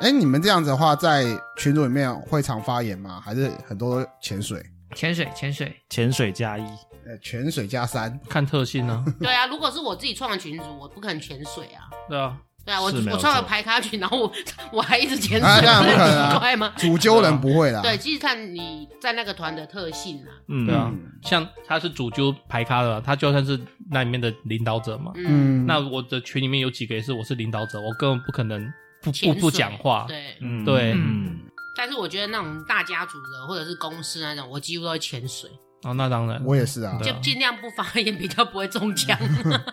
Speaker 5: 哎，你们这样子的话，在群组里面会常发言吗？还是很多潜水？
Speaker 2: 潜水，潜水，
Speaker 1: 潜水加一，
Speaker 5: 呃，泉水加三，
Speaker 4: 看特性呢、
Speaker 3: 对啊，如果是我自己创的群主，我不可能潜水啊。
Speaker 4: 对啊，
Speaker 3: 对啊，我
Speaker 1: 是没有
Speaker 3: 我创了
Speaker 1: 错
Speaker 3: 排咖群，然后我 我还一直潜水，
Speaker 5: 啊当然不可能啊
Speaker 3: 很奇怪吗？
Speaker 5: 主揪人不会啦。
Speaker 3: 对，其实看你在那个团的特性啦。
Speaker 1: 嗯，
Speaker 4: 对啊
Speaker 5: 嗯
Speaker 4: 像他是主揪排咖的，啊他就算是那里面的领导者嘛。
Speaker 3: 嗯，
Speaker 5: 嗯，
Speaker 4: 那我的群里面有几个也是我是领导者，我根本不可能不
Speaker 3: 潜水
Speaker 4: 不不讲话。
Speaker 3: 对，
Speaker 1: 嗯
Speaker 4: 对
Speaker 1: 嗯，
Speaker 3: 但是我觉得那种大家族的或者是公司那种，我几乎都会潜水，
Speaker 4: 哦，那当然，
Speaker 5: 我也是啊
Speaker 4: 对
Speaker 3: 就尽量不发言，比较不会中枪。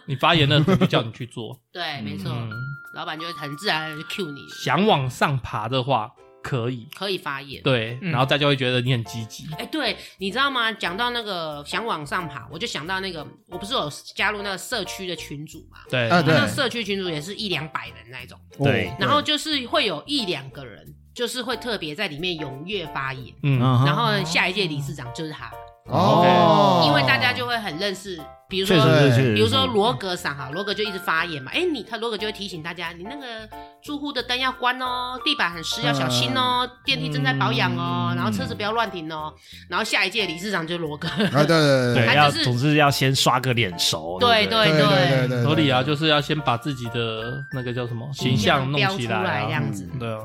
Speaker 4: 你发言了，他就叫你去做。
Speaker 3: 对，没错，
Speaker 4: 嗯，
Speaker 3: 老板就会很自然而然就 cue 你，
Speaker 4: 想往上爬的话可以，
Speaker 3: 可以发言。
Speaker 4: 对，
Speaker 2: 嗯
Speaker 4: 然后大家会觉得你很积极。
Speaker 3: 哎、对，你知道吗？讲到那个想往上爬，我就想到那个，我不是有加入那个社区的群组嘛？
Speaker 4: 对，
Speaker 5: 啊对
Speaker 3: 那社区群组也是一两百人那一种，
Speaker 5: 哦
Speaker 1: 对
Speaker 3: 然后就是会有一两个人，就是会特别在里面踊跃发言，
Speaker 4: 嗯，
Speaker 1: 嗯哼
Speaker 3: 然后下一届理事长就是他，
Speaker 5: 哦，
Speaker 3: 因为大家就会很认识，比如
Speaker 1: 确实
Speaker 3: 说。
Speaker 1: 是，
Speaker 5: 对
Speaker 1: 确实是
Speaker 3: 比如说罗格赏哈，罗格就一直发言嘛，哎、你看罗格就会提醒大家，你那个住户的灯要关哦，地板很湿要小心哦，电梯正在保养哦，
Speaker 1: 嗯
Speaker 3: 然后车子不要乱停哦，然后下一届理事长就是罗格，
Speaker 5: 啊，对对
Speaker 1: 对，
Speaker 5: 对
Speaker 1: 要
Speaker 3: 就是
Speaker 1: 总之要先刷个脸熟，
Speaker 3: 对
Speaker 1: 不
Speaker 3: 对
Speaker 5: 对对对，
Speaker 4: 合理
Speaker 5: 啊。
Speaker 4: 啊，就是要先把自己的那个叫什么形象弄
Speaker 3: 标
Speaker 4: 起
Speaker 3: 出来这
Speaker 4: 啊。
Speaker 3: 样
Speaker 5: 嗯
Speaker 3: 子。
Speaker 4: 对啊，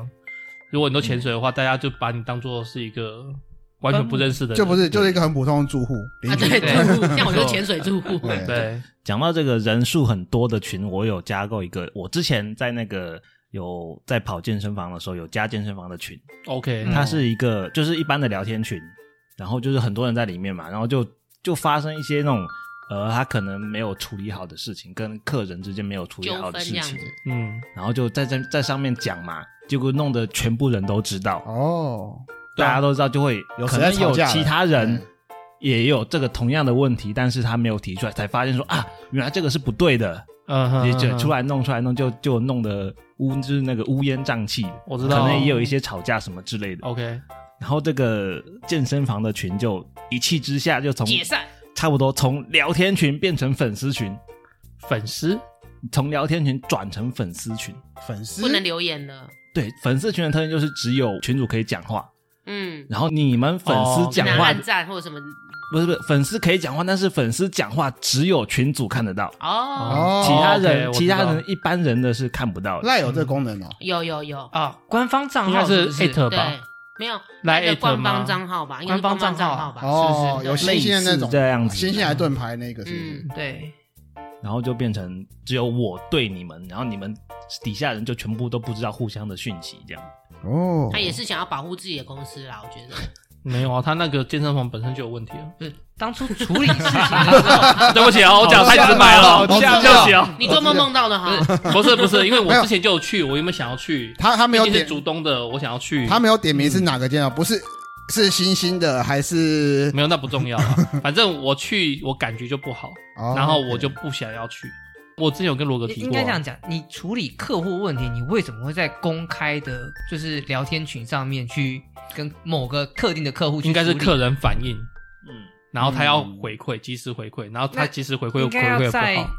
Speaker 4: 如果你都潜水的话，大家就把你当做是一个完全不认识的人，
Speaker 5: 就不是就是一个很普通的住户
Speaker 3: 啊，
Speaker 5: 邻居
Speaker 3: 对，
Speaker 4: 对
Speaker 3: 住户，像我就是潜水住户，
Speaker 5: 对
Speaker 4: 对，
Speaker 1: 讲到这个人数很多的群，我有加过一个，我之前在那个有在跑健身房的时候有加健身房的群，
Speaker 4: OK，
Speaker 1: 它是一个就是一般的聊天群，然后就是很多人在里面嘛，然后就就发生一些那种呃，他可能没有处理好的事情，跟客人之间没有处理
Speaker 3: 纠
Speaker 1: 好
Speaker 3: 纷
Speaker 1: 的
Speaker 3: 这
Speaker 1: 事
Speaker 3: 样
Speaker 1: 情
Speaker 3: 子，。
Speaker 4: 嗯，
Speaker 1: 然后就在在在上面讲嘛，结果弄得全部人都知道，
Speaker 5: 哦，
Speaker 1: 大家都知道就会
Speaker 5: 有
Speaker 1: 可
Speaker 5: 谁在
Speaker 1: 能有
Speaker 5: 吵架了
Speaker 1: 其他人
Speaker 5: 嗯
Speaker 1: 也有这个同样的问题，但是他没有提出来，才发现说啊，原来这个是不对的，
Speaker 4: 嗯哼，
Speaker 1: 也就出
Speaker 4: 来，
Speaker 1: 来弄出来弄就就弄得乌就是那个乌烟瘴气的，
Speaker 4: 我知道
Speaker 1: 可能也有一些吵架什么之类的。
Speaker 4: OK，
Speaker 1: 然后这个健身房的群就一气之下就从
Speaker 3: 解散，
Speaker 1: 差不多从聊天群变成粉丝群，
Speaker 4: 粉丝
Speaker 1: 从聊天群转成粉丝群。
Speaker 5: 粉丝
Speaker 3: 不能留言了。
Speaker 1: 对，粉丝群的特性就是只有群主可以讲话，
Speaker 3: 嗯，
Speaker 1: 然后你们粉丝
Speaker 4: 哦
Speaker 1: 讲
Speaker 3: 那
Speaker 1: 话、
Speaker 3: 暗赞或者什么
Speaker 1: 不是不是粉丝可以讲话，但是粉丝讲话只有群主看得到，
Speaker 3: 哦，
Speaker 5: 哦，
Speaker 1: 其他人、
Speaker 4: OK，我
Speaker 1: 其
Speaker 4: 知道
Speaker 1: 他人一般人的是看不到的。
Speaker 5: 赖有这功能哦，
Speaker 3: 有有有，
Speaker 2: 啊，官方账
Speaker 4: 哦应该
Speaker 2: 号
Speaker 4: 是
Speaker 2: 不
Speaker 4: at
Speaker 3: 对
Speaker 4: 吧，，
Speaker 3: 没有
Speaker 4: 来
Speaker 3: 那个
Speaker 4: at
Speaker 3: 官
Speaker 4: 吗
Speaker 3: 方账号吧，应该是
Speaker 2: 官方
Speaker 3: 官方
Speaker 2: 账
Speaker 3: 账
Speaker 2: 号
Speaker 3: 号吧，
Speaker 5: 哦，
Speaker 3: 是
Speaker 5: 有
Speaker 3: 不是？对
Speaker 5: 新鲜的那种
Speaker 1: 类似这样子
Speaker 5: 新鲜来盾牌那个是不是
Speaker 3: 嗯，
Speaker 2: 对，
Speaker 1: 然后就变成只有我对你们，然后你们底下人就全部都不知道互相的讯息，这样。
Speaker 3: 嗯
Speaker 5: 哦，
Speaker 3: 他也是想要保护自己的公司啦，我觉得。
Speaker 4: 没有啊，他那个健身房本身就有问题了。
Speaker 2: 不是当初处理事情的时候，
Speaker 4: 对不起啊，我讲太直白了，
Speaker 5: 好
Speaker 4: 对
Speaker 5: 像哦
Speaker 4: 不起啊，
Speaker 3: 你做梦梦到的哈，
Speaker 4: 不是不是，因为我
Speaker 5: 没有
Speaker 4: 之前就有去，我原本想要去，
Speaker 5: 他他没有
Speaker 4: 毕竟是
Speaker 5: 点
Speaker 4: 主东的，我想要去，
Speaker 5: 他没有点名是哪个建造，不是是新兴的还是
Speaker 4: 嗯没有那不重要啊， 反正我去我感觉就不好，
Speaker 5: 哦
Speaker 4: 然后我就不想要去。 我之前有跟罗哥提过啊，
Speaker 2: 应该这样讲，你处理客户问题，你为什么会在公开的，就是聊天群上面去跟某个特定的客户去
Speaker 4: 应该是
Speaker 2: 处理
Speaker 4: 客人反应，
Speaker 1: 嗯，
Speaker 4: 然后他要回馈，及时回馈，然后他
Speaker 2: 那
Speaker 4: 及时回馈又
Speaker 2: 应
Speaker 4: 回
Speaker 2: 该
Speaker 4: 馈
Speaker 2: 要
Speaker 4: 又
Speaker 2: 在
Speaker 4: 不好。嗯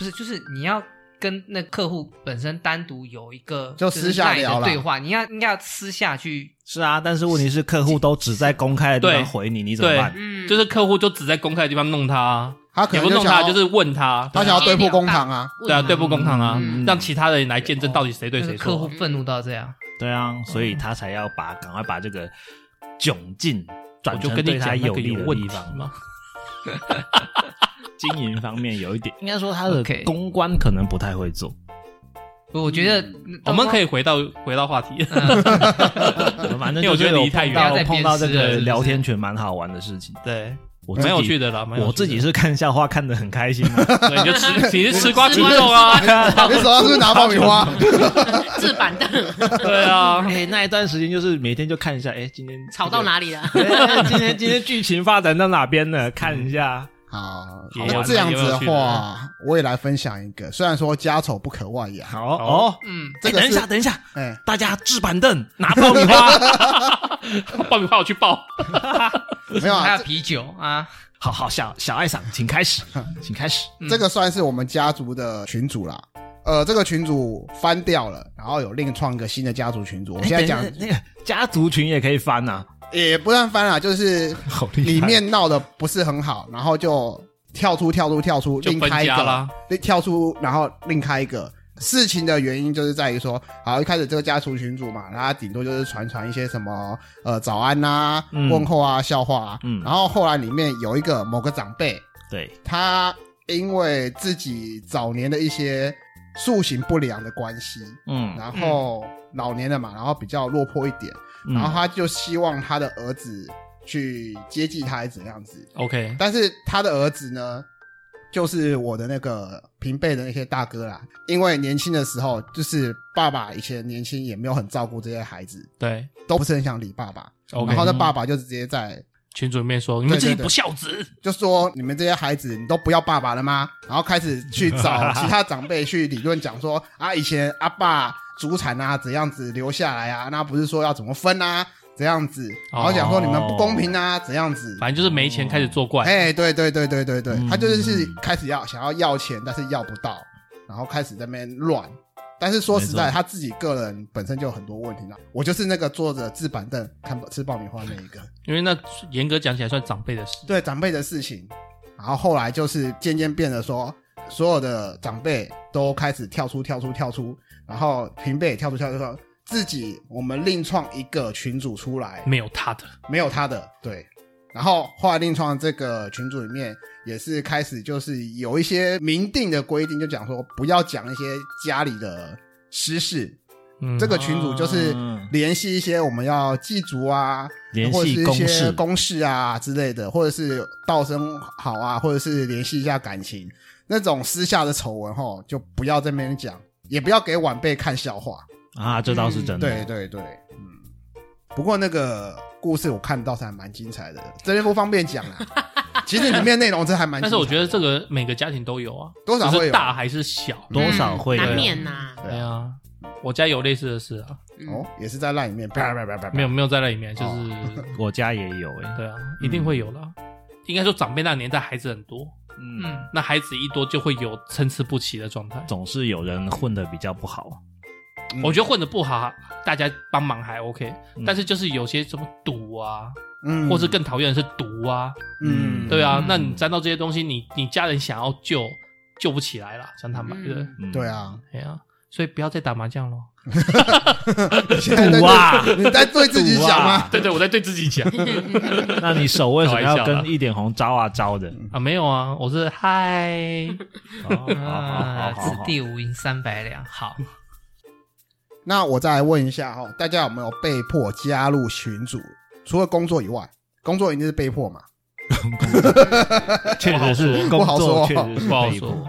Speaker 2: 不是，就是你要跟那客户本身单独有一个
Speaker 5: 就是私下
Speaker 2: line
Speaker 5: 聊
Speaker 2: 的
Speaker 5: 啦
Speaker 2: 对话，你要应该要私下去
Speaker 1: 是啊，但是问题是客户都只在公开的地
Speaker 4: 对
Speaker 1: 方回你，你怎么
Speaker 4: 对
Speaker 1: 办？
Speaker 3: 嗯，
Speaker 4: 就是客户就只在公开的地方弄他啊，
Speaker 5: 他可
Speaker 4: 也
Speaker 5: 能
Speaker 4: 不弄
Speaker 5: 想
Speaker 4: 他，
Speaker 5: 要
Speaker 4: 就是问他，
Speaker 5: 他想要对簿公堂啊，
Speaker 4: 对啊，对簿公堂啊
Speaker 3: 嗯，
Speaker 4: 让其他人来见证到底谁对
Speaker 2: 就是
Speaker 4: 谁
Speaker 2: 客户
Speaker 4: 错。
Speaker 2: 愤怒到这样，
Speaker 1: 对啊，所以他才要把赶快把这个窘境
Speaker 4: 我
Speaker 1: 转
Speaker 4: 就
Speaker 1: 成
Speaker 4: 跟
Speaker 1: 对
Speaker 4: 你
Speaker 1: 他
Speaker 4: 讲，那个
Speaker 1: 利
Speaker 4: 有
Speaker 1: 的
Speaker 4: 问
Speaker 1: 地
Speaker 4: 题
Speaker 1: 方。
Speaker 4: 嘛。
Speaker 1: 经营方面有一点，应该说他的
Speaker 2: OK
Speaker 1: 公关可能不太会做。
Speaker 2: 我觉得
Speaker 4: 我们可以回到回到话题，
Speaker 2: 嗯
Speaker 1: 反正
Speaker 4: 因为我
Speaker 1: 就
Speaker 4: 觉得
Speaker 1: 是有
Speaker 4: 离太远
Speaker 1: 碰到
Speaker 2: 不要再
Speaker 1: 碰到这
Speaker 2: 鞭尸了
Speaker 1: 个
Speaker 2: 是不是
Speaker 1: 聊天群蛮好玩的事情。
Speaker 4: 对，
Speaker 1: 我自己
Speaker 4: 蛮有趣，的啦，蛮有
Speaker 1: 我
Speaker 4: 趣的
Speaker 1: 自己，是看笑话看得很开心啊。
Speaker 4: 对，你就吃，你是吃瓜群众啊，
Speaker 5: 你手上是不是拿爆 米花？
Speaker 3: 置板凳
Speaker 4: 对啊，
Speaker 1: 哎，那一段时间就是每天就看一下，哎，今天
Speaker 3: 吵到？哪里了？
Speaker 1: 哎今天今天剧情发展到哪边了？看一下。
Speaker 5: 好，
Speaker 4: 也
Speaker 5: 那
Speaker 4: 有
Speaker 5: 这样
Speaker 4: 也
Speaker 5: 子
Speaker 4: 有
Speaker 5: 的
Speaker 4: 趣
Speaker 5: 话，我也来分享一个。虽然说家丑不可外扬，
Speaker 1: 好哦，
Speaker 2: 嗯，
Speaker 5: 这
Speaker 1: 哎
Speaker 5: 个
Speaker 1: 等一
Speaker 5: 是
Speaker 1: 下，等一下，
Speaker 5: 哎，
Speaker 1: 大家置板凳，拿爆米 花，
Speaker 4: 爆米花我去爆，
Speaker 5: 没有
Speaker 2: 还
Speaker 5: 啊
Speaker 2: 有，啤酒啊，
Speaker 1: 好好，小小爱赏，请开 始，请开始。
Speaker 4: 嗯
Speaker 5: 这个算是我们家族的群主啦。呃，这个群主翻掉了，然后有另创一个新的家族群主。我现在
Speaker 1: 哎
Speaker 5: 讲
Speaker 1: 等一下那个家族群也可以翻呐，啊
Speaker 5: 也不算翻啦，就是
Speaker 1: 好厉害！
Speaker 5: 里面闹得不是很好，然后就跳出跳出跳出，
Speaker 4: 就
Speaker 5: 另
Speaker 4: 分
Speaker 5: 开一
Speaker 4: 家
Speaker 5: 个
Speaker 4: 啦，
Speaker 5: 另跳出，然后另开一个。事情的原因就是在于说，好一开始这个家族群组嘛，然后他顶多就是传传一些什么呃早安呐、
Speaker 1: 嗯
Speaker 5: 问候啊、笑话啊，
Speaker 1: 嗯
Speaker 5: 然后后来里面有一个某个长辈，
Speaker 1: 对，
Speaker 5: 他因为自己早年的一些塑形不良的关系，
Speaker 1: 嗯，
Speaker 5: 然后老年了嘛，然后比较落魄一点，
Speaker 1: 嗯
Speaker 5: 然后他就希望他的儿子去接济他，还是怎样子？
Speaker 4: OK，
Speaker 5: 但是他的儿子呢，就是我的那个平辈的那些大哥啦，因为年轻的时候，就是爸爸以前年轻也没有很照顾这些孩子，
Speaker 4: 对
Speaker 5: 都不是很想理爸爸，
Speaker 4: ，OK。
Speaker 5: 然后那爸爸就直接在
Speaker 4: 群主里面说，你们
Speaker 5: 对
Speaker 4: 自己
Speaker 5: 对
Speaker 4: 不孝子，
Speaker 5: 就说你们这些孩子，你都不要爸爸了吗？然后开始去找其他长辈去理论讲说 啊，以前阿爸祖产啊怎样子留下来啊，那不是说要怎么分啊怎样子，然后讲说你们不公平啊怎样子。
Speaker 4: 反正就是没钱开始作怪。
Speaker 5: 哎，对对对对对对，
Speaker 1: 嗯
Speaker 5: 他就是开始要想要要钱，但是要不到，然后开始在那边乱。但是说实在，
Speaker 1: 没错
Speaker 5: 他自己个人本身就有很多问题了。我就是那个坐着置板凳看吃爆米花那一 个。
Speaker 4: 因为那严格讲起来算长辈的事。
Speaker 5: 对长辈的事情，然后后来就是渐渐变得说，所有的长辈都开始跳出跳出跳出，然后平辈也跳出跳出跳出，自己我们另创一个群组出来，
Speaker 4: 没有他的，
Speaker 5: 没有他的对。然后后来另创这个群组里面，也是开始就是有一些明定的规定，就讲说不要讲一些家里的私事。
Speaker 4: 嗯，
Speaker 5: 这个群组就是
Speaker 1: 嗯
Speaker 5: 联系一些我们要祭祖啊，
Speaker 1: 联
Speaker 5: 或者是
Speaker 1: 系
Speaker 5: 一
Speaker 1: 公
Speaker 5: 些
Speaker 1: 事，
Speaker 5: 公事啊之类的，或者是道声好啊，或者是联系一下感情，那种私下的丑闻吼，就不要在那边讲，也不要给晚辈看笑话。
Speaker 1: 啊，这倒是真的。
Speaker 5: 对对对，嗯。不过那个故事我看到是还蛮精彩的，这边不方便讲啦。 其实里面内容真还蛮
Speaker 4: 但
Speaker 5: 精彩的，
Speaker 4: 是我觉得这个每个家庭都有啊，
Speaker 5: 多少
Speaker 4: 只
Speaker 5: 会
Speaker 4: 是
Speaker 5: 有
Speaker 4: 大还是小。
Speaker 1: 多少会有
Speaker 3: 嗯难免呐、
Speaker 5: 对啊
Speaker 4: 对啊，我家有类似的事啊，
Speaker 5: 哦，也是在烂里面，啪啪啪啪啪
Speaker 4: 没有没有在那里面，就是、
Speaker 1: 我家也有哎、
Speaker 4: 对啊，一定会有啦。应该说长辈那年代孩子很多，
Speaker 1: 嗯，
Speaker 2: 嗯，
Speaker 4: 那孩子一多就会有参差不齐的状态。
Speaker 1: 总是有人混的比较不好。
Speaker 5: 嗯
Speaker 4: 我觉得混的不好，大家帮忙还 OK，、
Speaker 1: 嗯
Speaker 4: 但是就是有些什么赌啊，
Speaker 5: 嗯
Speaker 4: 或是更讨厌的是毒啊，
Speaker 5: 嗯
Speaker 4: 对啊，
Speaker 2: 嗯
Speaker 4: 那你沾到这些东西，你你家人想要救救不起来啦，讲坦白的，
Speaker 2: 嗯
Speaker 1: 嗯、
Speaker 5: 对，啊，
Speaker 4: 哎呀、所以不要再打麻将喽。
Speaker 5: 现在在
Speaker 1: 赌啊
Speaker 5: 对你在对自己啊讲吗？
Speaker 4: 对对，我在对自己讲
Speaker 1: 那你手为什么要
Speaker 4: 开玩笑
Speaker 1: 跟
Speaker 4: 啦
Speaker 1: 一点红招啊招的？
Speaker 5: 嗯
Speaker 4: 啊，没有啊，我是 嗨，
Speaker 1: 哦好好好
Speaker 2: 啊，
Speaker 1: 好
Speaker 2: 此
Speaker 1: 好，
Speaker 2: 地无银三百两，好，
Speaker 5: 那我再来问一下哈，大家有没有被迫加入群组？除了工作以外，工作一定是被迫嘛？
Speaker 1: 确实是
Speaker 5: 不
Speaker 1: 工
Speaker 5: 好
Speaker 1: 作，
Speaker 5: 说
Speaker 1: 确实是
Speaker 4: 不好
Speaker 1: 被迫
Speaker 4: 说。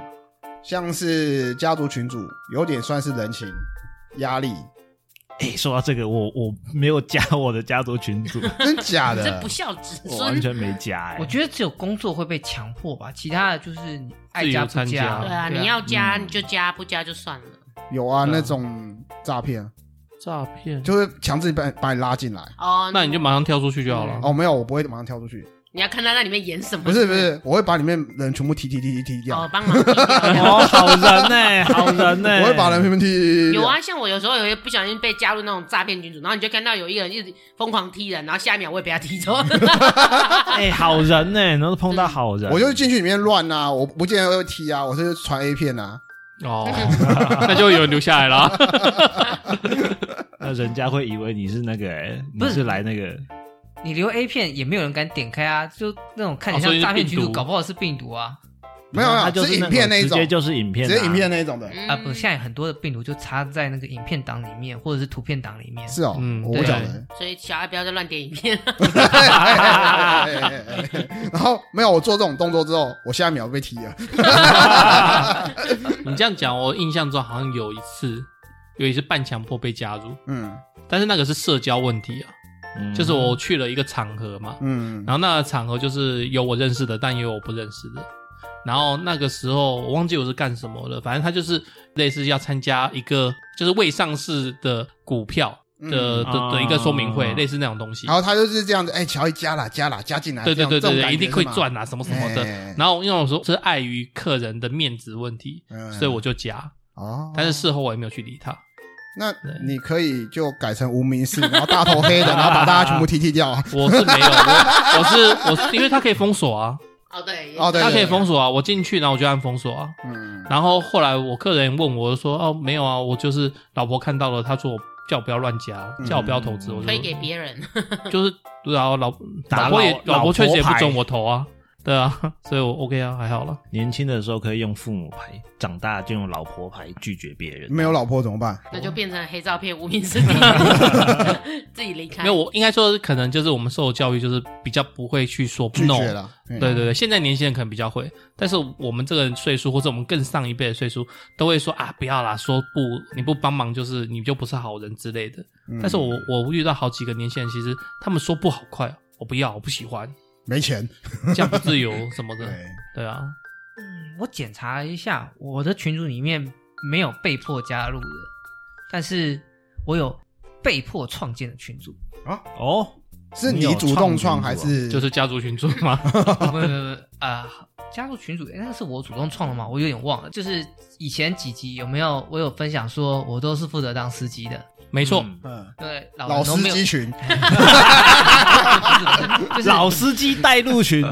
Speaker 5: 像是家族群组，有点算是人情压力，
Speaker 1: 哎、说到这个，我我没有加我的家族群组，
Speaker 5: 真假
Speaker 3: 你
Speaker 5: 的？
Speaker 3: 这不孝子
Speaker 1: 我完
Speaker 3: 孙。
Speaker 1: 全没加哎、
Speaker 2: 我觉得只有工作会被强迫吧，其他的就是你爱加不
Speaker 4: 自由参加
Speaker 5: 哦
Speaker 2: 加，
Speaker 3: 对啊，你要加你就加，不加就算了。
Speaker 5: 有啊，
Speaker 4: 对啊
Speaker 5: 那种诈骗
Speaker 4: 诈骗，
Speaker 5: 就是强制把把你拉进来。
Speaker 3: 哦，
Speaker 4: 那你就马上跳出去就好了。
Speaker 5: 哦，没有，我不会马上跳出去，
Speaker 3: 你要看他那里面演什么。
Speaker 5: 不是不
Speaker 4: 哦
Speaker 5: 是，我会把里面人全部踢踢踢踢踢掉
Speaker 3: 哦，，帮 忙踢掉。
Speaker 1: 哦，好人呢、好人欸呢、
Speaker 5: 我会把人全部踢踢踢踢
Speaker 3: 有
Speaker 5: 掉。
Speaker 3: 啊，像我有时候也会不小心被加入那种诈骗群组，然后你就看到有一个人一直疯狂踢人，然后下一秒我也被他踢走。
Speaker 1: 哎、好人呢、然后碰到好人，
Speaker 5: 我就进去里面乱啊，我不见得会踢啊，我是传 A 片啊，
Speaker 4: 哦， 那就有人留下来了。
Speaker 1: 那人家会以为你是那个、哎，你
Speaker 2: 不是
Speaker 1: 是来那个，
Speaker 2: 你留 A 片也没有人敢点开啊，就那种看起
Speaker 4: 哦所
Speaker 2: 来
Speaker 4: 以是
Speaker 2: 像诈骗群
Speaker 4: 病
Speaker 2: 主，
Speaker 4: 毒
Speaker 2: 搞不好是病毒啊
Speaker 5: 没有没
Speaker 1: 他
Speaker 5: 有，
Speaker 1: 就是
Speaker 5: 影片那一
Speaker 1: 直
Speaker 5: 种，
Speaker 1: 接就是影片、啊，
Speaker 5: 直接影片那一种的，
Speaker 3: 嗯
Speaker 2: 啊！不，现在很多的病毒就插在那个影片档里面，或者是图片档里面。
Speaker 5: 是哦，
Speaker 4: 嗯
Speaker 5: 我
Speaker 2: 对
Speaker 5: 不 晓得。
Speaker 3: 所以小孩不要再乱点影片。
Speaker 5: 然后没有我做这种动作之后，我下一秒被踢了。
Speaker 4: 你这样讲，我印象中好像有一次，有一次半强迫被加入，
Speaker 5: 嗯
Speaker 4: 但是那个是社交问题啊，
Speaker 1: 嗯
Speaker 4: 就是我去了一个场合嘛，
Speaker 5: 嗯
Speaker 4: 然后那个场合就是有我认识的，但也有我不认识的。然后那个时候我忘记我是干什么了，反正他就是类似要参加一个就是未上市的股票的、
Speaker 1: 嗯
Speaker 4: 的的一个说明会，
Speaker 1: 啊
Speaker 4: 类似那种东西
Speaker 5: 然。后他就是这样子，哎，乔一加啦加啦加进来，
Speaker 4: 对对对
Speaker 5: 这
Speaker 4: 对
Speaker 5: 种
Speaker 4: 对，一定会赚啊，什么什么的。
Speaker 5: 哎
Speaker 4: 然后因为我说这是碍于客人的面子问题，
Speaker 5: 然
Speaker 4: 所以我就加，
Speaker 5: 嗯哦，
Speaker 4: 但是事后我也没有去理他。
Speaker 5: 那你可以就改成 无名氏，然后大头黑的，然后把大家全部踢踢掉啊。
Speaker 4: 我是没有，我我是我是，因为它可以封锁啊，
Speaker 3: 哦对，
Speaker 5: 哦对
Speaker 4: 它可以封
Speaker 3: 锁，
Speaker 4: 锁啊，我进去然后我就按封锁啊。
Speaker 5: 嗯，
Speaker 4: 然后后来我客人问我我就说哦没有啊，我就是老婆看到了，她说我叫我不要乱加，
Speaker 5: 嗯
Speaker 4: 叫我不要投资，我就
Speaker 3: 推给别人，
Speaker 4: 就是然后老
Speaker 1: 打
Speaker 4: 老婆也
Speaker 1: 老
Speaker 4: 老婆确实也
Speaker 1: 老
Speaker 4: 不
Speaker 1: 婆牌
Speaker 4: 准我投啊，对啊，所以我 OK 啊，还好了。
Speaker 1: 年轻的时候可以用父母牌，长大就用老婆牌拒绝别人。
Speaker 5: 没有老婆怎么办？
Speaker 3: 那就变成黑照片、无 名尸，自己离开。
Speaker 4: 没有，我应该说，可能就是我们受的教育就是比较不会去说
Speaker 5: 拒
Speaker 4: no，
Speaker 5: 绝了。嗯
Speaker 4: 对对对，现在年轻人可能比较会，但是我们这个岁数，或者我们更上一辈的岁数，都会说啊，不要啦，说不，你不帮忙就是你就不是好人之类的。
Speaker 5: 嗯
Speaker 4: 但是我我遇到好几个年轻人，其实他们说不好快哦，我不要，我不喜欢，
Speaker 5: 没钱。哎
Speaker 4: 这样不自由什 么的。
Speaker 5: 对，
Speaker 4: 对啊，
Speaker 2: 嗯我检查了一下，我的群组里面没有被迫加入的，但是我有被迫创建的群 组。
Speaker 1: 哦，
Speaker 5: 是你主动创还是
Speaker 4: 就是家族群众嘛。
Speaker 2: 不不不不啊、加入群组，诶那个是我主动创的吗？我有点忘了。就是以前几集有没有我有分享说，我都是负责当司机的，
Speaker 4: 没错，
Speaker 1: 嗯
Speaker 5: 嗯
Speaker 2: 对，老
Speaker 5: 老
Speaker 2: 人都
Speaker 5: 司
Speaker 2: 没 有
Speaker 5: 机，群？
Speaker 2: 就是
Speaker 1: 老司机带路群，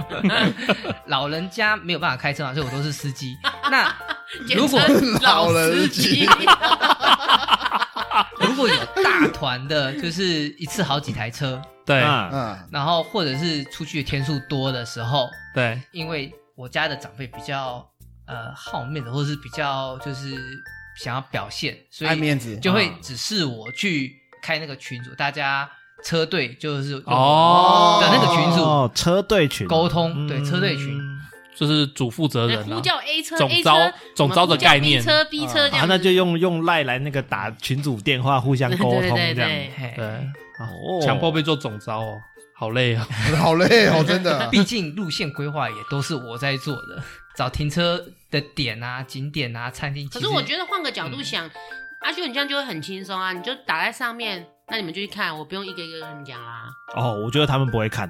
Speaker 2: 老人家没有办法开车嘛，所以我都是司机。那
Speaker 3: 简
Speaker 2: 如果
Speaker 3: 称老
Speaker 5: 老
Speaker 3: 司
Speaker 5: 人
Speaker 3: 机
Speaker 5: 机，
Speaker 2: 如果有大团的，就是一次好几台车，
Speaker 4: 对、
Speaker 1: 啊，
Speaker 5: 嗯，
Speaker 2: 然后或者是出去的天数多的时候，
Speaker 4: 对，
Speaker 2: 因为我家的长辈比较呃好面子，或者是比较就是想要表现，所
Speaker 5: 爱
Speaker 2: 以
Speaker 5: 面子。
Speaker 2: 就会
Speaker 1: 啊
Speaker 2: 指示我去开那个群组，大家车队就是用
Speaker 4: 哦
Speaker 2: 的那个群组
Speaker 1: 哦，车队群嗯
Speaker 2: 沟
Speaker 5: 嗯
Speaker 2: 通，对车队群。
Speaker 4: 就是主负责人
Speaker 3: 呼
Speaker 4: 啊。
Speaker 3: 叫 A 车、
Speaker 4: 总
Speaker 3: A
Speaker 4: 招
Speaker 3: 车、
Speaker 4: 总招的概念
Speaker 3: 我们呼叫 B 车、B 车这
Speaker 1: 啊，
Speaker 3: 样子，
Speaker 1: 那就用用赖来那个打群组电话互相
Speaker 3: 对
Speaker 1: 沟
Speaker 3: 对
Speaker 1: 通
Speaker 3: 对
Speaker 1: 这样。
Speaker 3: 对，
Speaker 2: 嘿
Speaker 4: 对，啊
Speaker 1: 哦
Speaker 4: 强迫被做总招哦，好累啊、
Speaker 5: 好累 哦，真的。
Speaker 2: 毕竟路线规划也都是我在做的，找停车的点啊、景点啊、餐厅。
Speaker 3: 可是我觉
Speaker 2: 得
Speaker 3: 得换个角
Speaker 4: 嗯
Speaker 3: 度想，阿修你这样就会很轻松啊，你就打在上面，那你们就去看，我不用一个一个跟你们讲啦。
Speaker 1: 哦，我觉得他们不会看，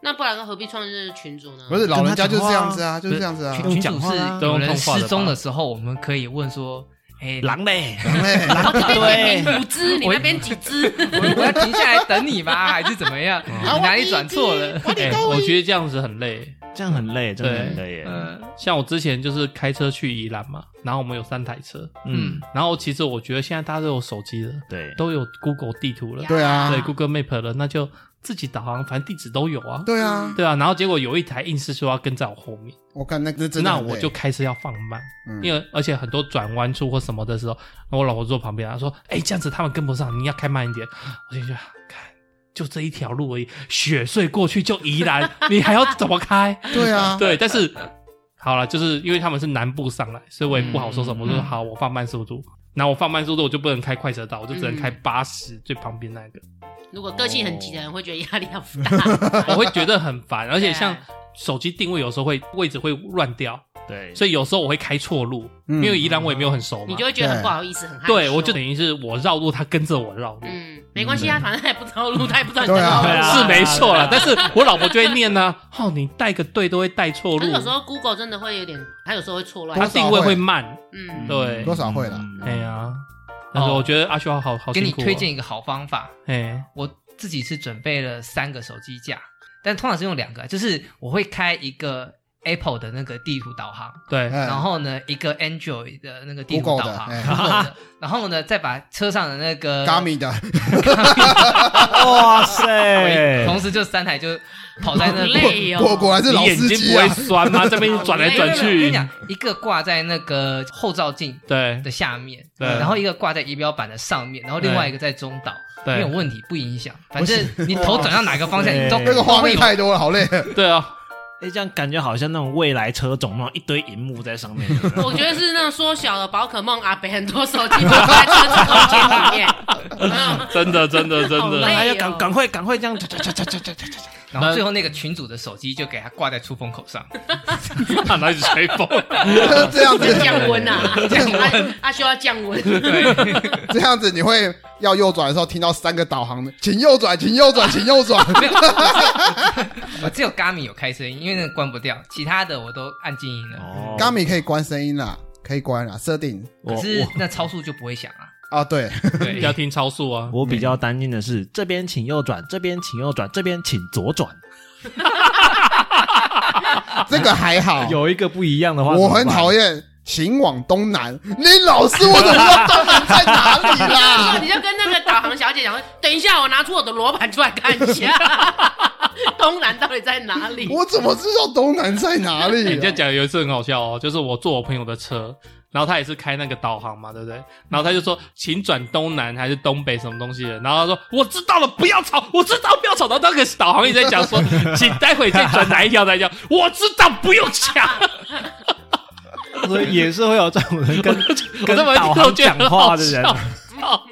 Speaker 3: 那不然何必创建群组呢？
Speaker 5: 不是老人家就是这样子啊，就
Speaker 4: 跟
Speaker 5: 是
Speaker 4: 他
Speaker 5: 这样子啊。
Speaker 1: 用
Speaker 2: 群
Speaker 1: 讲
Speaker 2: 主
Speaker 1: 话
Speaker 2: 是
Speaker 1: 啦
Speaker 2: 有
Speaker 4: 都用
Speaker 2: 人
Speaker 4: 通话的
Speaker 2: 失
Speaker 4: 吧
Speaker 2: 踪的时候，我们可以问说：“哎，
Speaker 1: 狼嘞，
Speaker 5: 哎
Speaker 3: 哦，这
Speaker 1: 对
Speaker 3: 边你五只，你
Speaker 2: 我
Speaker 3: 那边几 只？
Speaker 2: 我我要停下来等你吗？ 还是怎么样？
Speaker 4: 哦
Speaker 2: 你哪里转错了？
Speaker 5: 啊
Speaker 4: 哎我觉得这样子很累。
Speaker 1: 这样很累，真的
Speaker 4: 对
Speaker 1: 很累耶。
Speaker 2: 嗯，
Speaker 4: 像我之前就是开车去宜兰嘛，然后我们有三台车，
Speaker 1: 嗯，
Speaker 4: 然后其实我觉得现在大家都有手机了，
Speaker 1: 对，
Speaker 4: 都有 Google 地图了，
Speaker 5: 对啊
Speaker 4: 对 Google Map 了，那就自己导航，反正地址都有啊。
Speaker 5: 对啊，
Speaker 4: 对啊，然后结果有一台硬是说要跟在我后面，
Speaker 5: 我看那那真的
Speaker 4: 那
Speaker 5: 很累，
Speaker 4: 我就开车要放慢，
Speaker 5: 嗯
Speaker 4: 因为而且很多转弯处或什么的时候，我老婆坐旁边，她说：“哎、这样子他们跟不上，你要开慢一点。”我心想：“啊看，就这一条路而已，雪隧过去就宜兰，你还要怎么开？”
Speaker 5: 对 啊，
Speaker 4: 对，但是好了，就是因为他们是南部上来，所以我也不好说什么。
Speaker 2: 嗯
Speaker 4: 我说好，我放慢速度，然后我放慢速度，我就不能开快车道，我就只能开八十最旁边那 个，
Speaker 3: 如果个性很急的人会觉得压力好大，
Speaker 4: 我会觉得很烦。而且 像
Speaker 3: 对
Speaker 4: 手机定位有时候会位置会乱掉，
Speaker 1: 对，
Speaker 4: 所以有时候我会开错路，
Speaker 5: 嗯
Speaker 4: 因为宜兰我也没有很熟
Speaker 2: 嗯
Speaker 3: 你
Speaker 4: 嘛
Speaker 3: 就。会觉得很不好意思，很害羞。
Speaker 4: 对，我就等于是我绕路，他跟着我绕路。
Speaker 3: 嗯，没关系，他反正他也不知道路，他也不知道你
Speaker 5: 对
Speaker 3: 在
Speaker 5: 啊
Speaker 3: 哪
Speaker 1: 对
Speaker 3: 里。
Speaker 1: 啊
Speaker 4: 是没错啦，但是我老婆就会念呢、哦，你带个队都会带错
Speaker 3: 可是
Speaker 4: 路
Speaker 3: 有，时候 Google 真的会有点，它有时候会错乱
Speaker 4: 它。定位会慢。
Speaker 3: 嗯，
Speaker 4: 对
Speaker 5: 多少会啦
Speaker 1: 嗯
Speaker 4: 哎呀，但是我觉得阿修好好
Speaker 2: 哦给你
Speaker 4: 辛苦哦
Speaker 2: 推荐一个好方法，
Speaker 4: 哎，
Speaker 2: 我自己是准备了三个手机架，但通常是用两个，就是我会开一个 Apple 的那个地图导航，
Speaker 4: 对，
Speaker 5: 哎
Speaker 2: 然后呢一个 Android 的那个地图
Speaker 5: Google
Speaker 2: 导
Speaker 5: 的
Speaker 2: 航
Speaker 5: 哎
Speaker 2: ，Google 的然后呢再把车上的那
Speaker 4: 啊
Speaker 2: 个
Speaker 5: g a m i 的，
Speaker 1: 哇塞，
Speaker 2: 同时就三台就跑在那
Speaker 3: 好
Speaker 2: 里
Speaker 4: 哎
Speaker 3: 累哦。
Speaker 5: 果果然是
Speaker 4: 你
Speaker 5: 老
Speaker 4: 眼
Speaker 5: 司
Speaker 4: 睛
Speaker 5: 机
Speaker 4: 不
Speaker 5: 啊
Speaker 4: 会，酸吗？这边一直转来转
Speaker 2: 哎没有我跟
Speaker 4: 去
Speaker 2: 你，讲，一个挂在那个后照镜
Speaker 4: 对
Speaker 2: 的下面，
Speaker 4: 对
Speaker 2: 然后一个挂在仪表板的上面，然后另外一个在中岛，没有
Speaker 4: 对
Speaker 2: 问题，不影响。反正你头转到哪个方向，你都
Speaker 1: 哇
Speaker 5: 那个画
Speaker 2: 都会
Speaker 5: 面
Speaker 2: 有
Speaker 5: 太多了，好累。
Speaker 4: 对啊，
Speaker 1: 哎，这样感觉好像那种未来车种那种一堆荧幕在上 面，
Speaker 3: 我觉得是那种缩小的宝可梦阿北，很多手机都在车子空间里面。
Speaker 4: 真的真的真
Speaker 3: 好累哦
Speaker 4: 的，
Speaker 1: 哎呀，赶赶快赶快 这样，嚓嚓嚓嚓嚓嚓嚓
Speaker 2: 然后最后那个群主的手机就给他挂在出风口上，
Speaker 4: 看到一直吹风，
Speaker 5: 这样
Speaker 3: 要
Speaker 5: 子，
Speaker 3: 降温啊，降温， 阿修要降温。
Speaker 5: 这样子你会要右转的时候听到三个导航的，请右转，请右转，请右转。
Speaker 2: 我只有 Gami 有开声音，因为那个关不掉，其他的我都按静音了。
Speaker 1: 哦
Speaker 5: g a m i 可以关声音啦，可以关啦，设定
Speaker 1: 我
Speaker 2: 可是
Speaker 1: 我
Speaker 2: 那超速就不会响啊，
Speaker 5: 啊，对，
Speaker 2: 对，
Speaker 4: 要听超速啊。
Speaker 1: 我比较担心的是，这边请右转，这边请右转，这边请左转。
Speaker 5: 这个还
Speaker 4: 哦
Speaker 5: 好。
Speaker 1: 有一啊个不一样的话，
Speaker 5: 我很讨
Speaker 1: 厌。
Speaker 5: 厌请往东南，你老师我怎么知道东南在哪里
Speaker 3: 啊
Speaker 5: 啦？
Speaker 3: 你就跟那个导航小姐讲说，等一下，我拿出我的罗盘出来看一 下，东南到底在哪里？
Speaker 5: 我怎么知道东南在哪里啊、
Speaker 4: 欸你这样讲有一次很好笑哦，就是我坐我朋友的车，然后他也是开那个导航嘛，对不对？然后他就说，请转东南还是东北什么东西的？然后他说，我知道了，不要吵，我知道不要吵。然后那个导航一直在讲说，请待会再转哪一条哪一条，我知道不用讲。
Speaker 1: 所以也是会有这种人跟
Speaker 4: 我
Speaker 1: 跟
Speaker 4: 这么一
Speaker 1: 导
Speaker 4: 听我
Speaker 1: 航
Speaker 4: 觉得
Speaker 1: 讲
Speaker 4: 很
Speaker 1: 话
Speaker 4: 好
Speaker 1: 的人
Speaker 4: 笑，操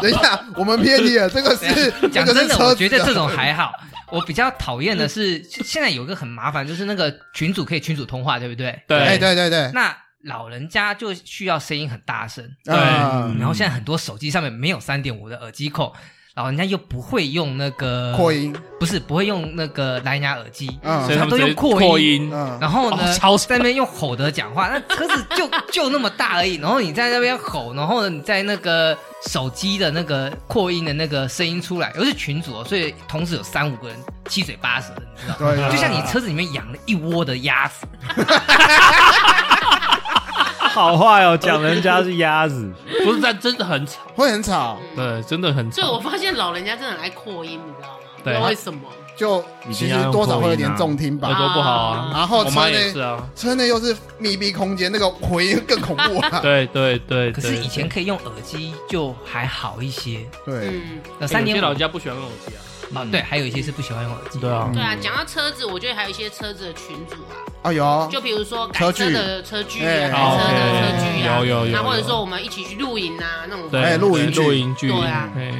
Speaker 5: 等一下，我们偏题了，这个是这
Speaker 2: 啊 讲
Speaker 5: 个
Speaker 2: 真
Speaker 5: 是
Speaker 2: 的，
Speaker 5: 车
Speaker 2: 我
Speaker 5: 子啊
Speaker 2: 觉
Speaker 5: 的
Speaker 2: 得这种还好。我比较讨厌的是，就现在有一个很麻烦，就是那个群主可以群主通话，对不对？
Speaker 4: 对
Speaker 5: 哎，对对对，
Speaker 2: 那老人家就需要声音很大声，
Speaker 4: 对
Speaker 5: 啊
Speaker 2: 然后现在很多手机上面没有三点五的耳机孔，老人家又不会用那个
Speaker 5: 扩，音，
Speaker 2: 不是不会用那个蓝牙耳机，
Speaker 5: 嗯
Speaker 4: 所以他
Speaker 2: 他
Speaker 4: 们
Speaker 2: 都
Speaker 4: 直
Speaker 2: 用
Speaker 4: 接
Speaker 2: 扩
Speaker 4: 扩
Speaker 2: 音
Speaker 4: 音，
Speaker 5: 嗯，
Speaker 2: 然后呢，
Speaker 4: 哦超
Speaker 2: 在那边用吼的讲话，那 车子就就那么大而已，然后你在那边吼，然后呢，你在那个手机的那个扩音的那个声音出来，又是群主、哦，所以同时有三五个人七嘴八舌的，你知道吗？
Speaker 5: 对，啊
Speaker 4: 啊
Speaker 2: 就像你车子里面养了一窝的鸭子，
Speaker 1: 好坏哦，讲人家是鸭子，
Speaker 4: 不是但真的很吵，
Speaker 5: 会很吵，
Speaker 4: 对，真的很
Speaker 3: 所以我
Speaker 4: 吵。
Speaker 3: 发现老人家真的很爱扩音，你知道吗？不
Speaker 4: 对
Speaker 3: 知道为什么？
Speaker 5: 就
Speaker 1: 一
Speaker 5: 其
Speaker 1: 定
Speaker 5: 实
Speaker 1: 要用
Speaker 5: 多少会有
Speaker 1: 扩音
Speaker 5: 点
Speaker 1: 啊
Speaker 5: 重听
Speaker 4: 耳
Speaker 5: 吧。
Speaker 4: 朵不好啊，
Speaker 5: 然后
Speaker 4: 我
Speaker 5: 车
Speaker 4: 妈
Speaker 5: 内
Speaker 4: 也是啊，
Speaker 5: 车内又是密闭空间，那个回音更恐怖啊！
Speaker 4: 对对对。
Speaker 2: 可是以前可以用耳机就还好一些，
Speaker 5: 对，
Speaker 3: 嗯，
Speaker 2: 那三
Speaker 4: 三
Speaker 2: 点
Speaker 4: 年
Speaker 2: 五
Speaker 4: 欸老人家不喜欢用耳机啊，
Speaker 2: 啊，对，还有一些是不喜欢用耳机。
Speaker 4: 对啊，
Speaker 3: 对
Speaker 5: 嗯
Speaker 3: 啊。讲到车子，我觉得还有一些车子的群主啊，
Speaker 5: 啊有，
Speaker 3: 就比如说改
Speaker 5: 车
Speaker 3: 车
Speaker 5: 距
Speaker 3: 的车距
Speaker 5: 哎
Speaker 3: 啊，改车的车距啊，
Speaker 4: 有有有
Speaker 3: 那
Speaker 4: 有
Speaker 3: 或者说我们一起去露营啊那种，
Speaker 4: 对，
Speaker 5: 哎露营
Speaker 4: 对露
Speaker 5: 具
Speaker 4: 营具，
Speaker 3: 对啊
Speaker 4: 哎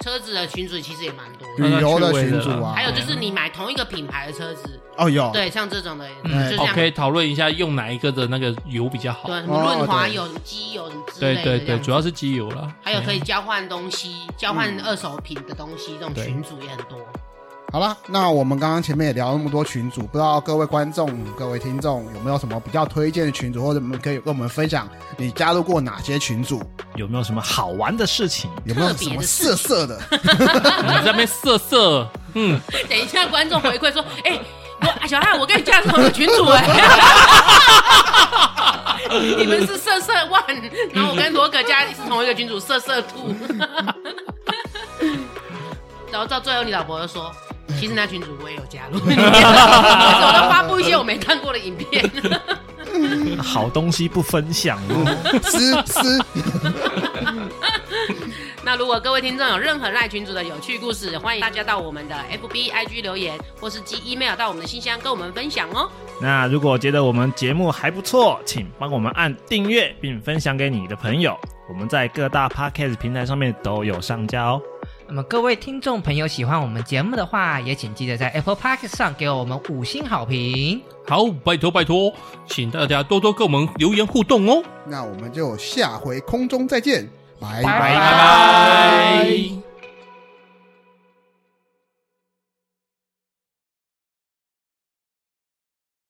Speaker 3: 车子的群主其实也蛮多
Speaker 4: 嗯
Speaker 3: 的。
Speaker 5: 旅游的
Speaker 4: 那趣味
Speaker 5: 群
Speaker 4: 的
Speaker 5: 主啊
Speaker 3: 还，有就是你买同一个品牌的车子，
Speaker 5: 哦有，
Speaker 3: 对，像这种的，
Speaker 2: 嗯
Speaker 3: 就这样。
Speaker 4: OK，讨哦论一下用哪一个的那个油比较好。
Speaker 3: 对，什么润
Speaker 5: 哦
Speaker 3: 滑
Speaker 5: 对
Speaker 3: 油、什么机油、什么之类
Speaker 4: 对
Speaker 3: 的这
Speaker 4: 对
Speaker 3: 样子。
Speaker 4: 对，主要是机油啦。
Speaker 3: 还有可以
Speaker 4: 嗯
Speaker 3: 交换东西、交换二手品的东西，这种群组也很多。
Speaker 5: 好啦，那我们刚刚前面也聊那么多群主，不知道各位观众、各位听众有没有什么比较推荐的群主，或者你们可以跟我们分享你加入过哪些群主，
Speaker 1: 有没有什么好玩的事情？
Speaker 5: 有没有
Speaker 3: 特别
Speaker 5: 什
Speaker 3: 的
Speaker 5: 么
Speaker 3: 事
Speaker 5: 色色的？
Speaker 4: 哎你在那边色色，嗯，
Speaker 3: 等一下，观众回馈说：“哎、我啊小汉，我跟你加入同一个群组哎、 你们是色色 one，然后我跟罗格加是同一个群组，色色 two。然后到最后，你老婆就说：“其实那群组我也有加入，我都发布一些我没看过的影片。
Speaker 1: 好东西不分享哦，
Speaker 5: 撕 撕，
Speaker 3: 那如果各位听众有任何赖群主的有趣故事，欢迎大家到我们的 FB、IG 留言，或是寄 email 到我们的信箱跟我们分享哦。
Speaker 1: 那如果觉得我们节目还不错，请帮我们按订阅并分享给你的朋友。我们在各大 podcast 平台上面都有上架哦。
Speaker 2: 那么各位听众朋友，喜欢我们节目的话，也请记得在 Apple Park 上给我们五星好评。
Speaker 4: 好，拜托拜托，请大家多多跟我们留言互动哦，
Speaker 5: 那我们就下回空中再见，
Speaker 2: 拜
Speaker 5: 拜拜
Speaker 2: 拜
Speaker 4: 拜拜。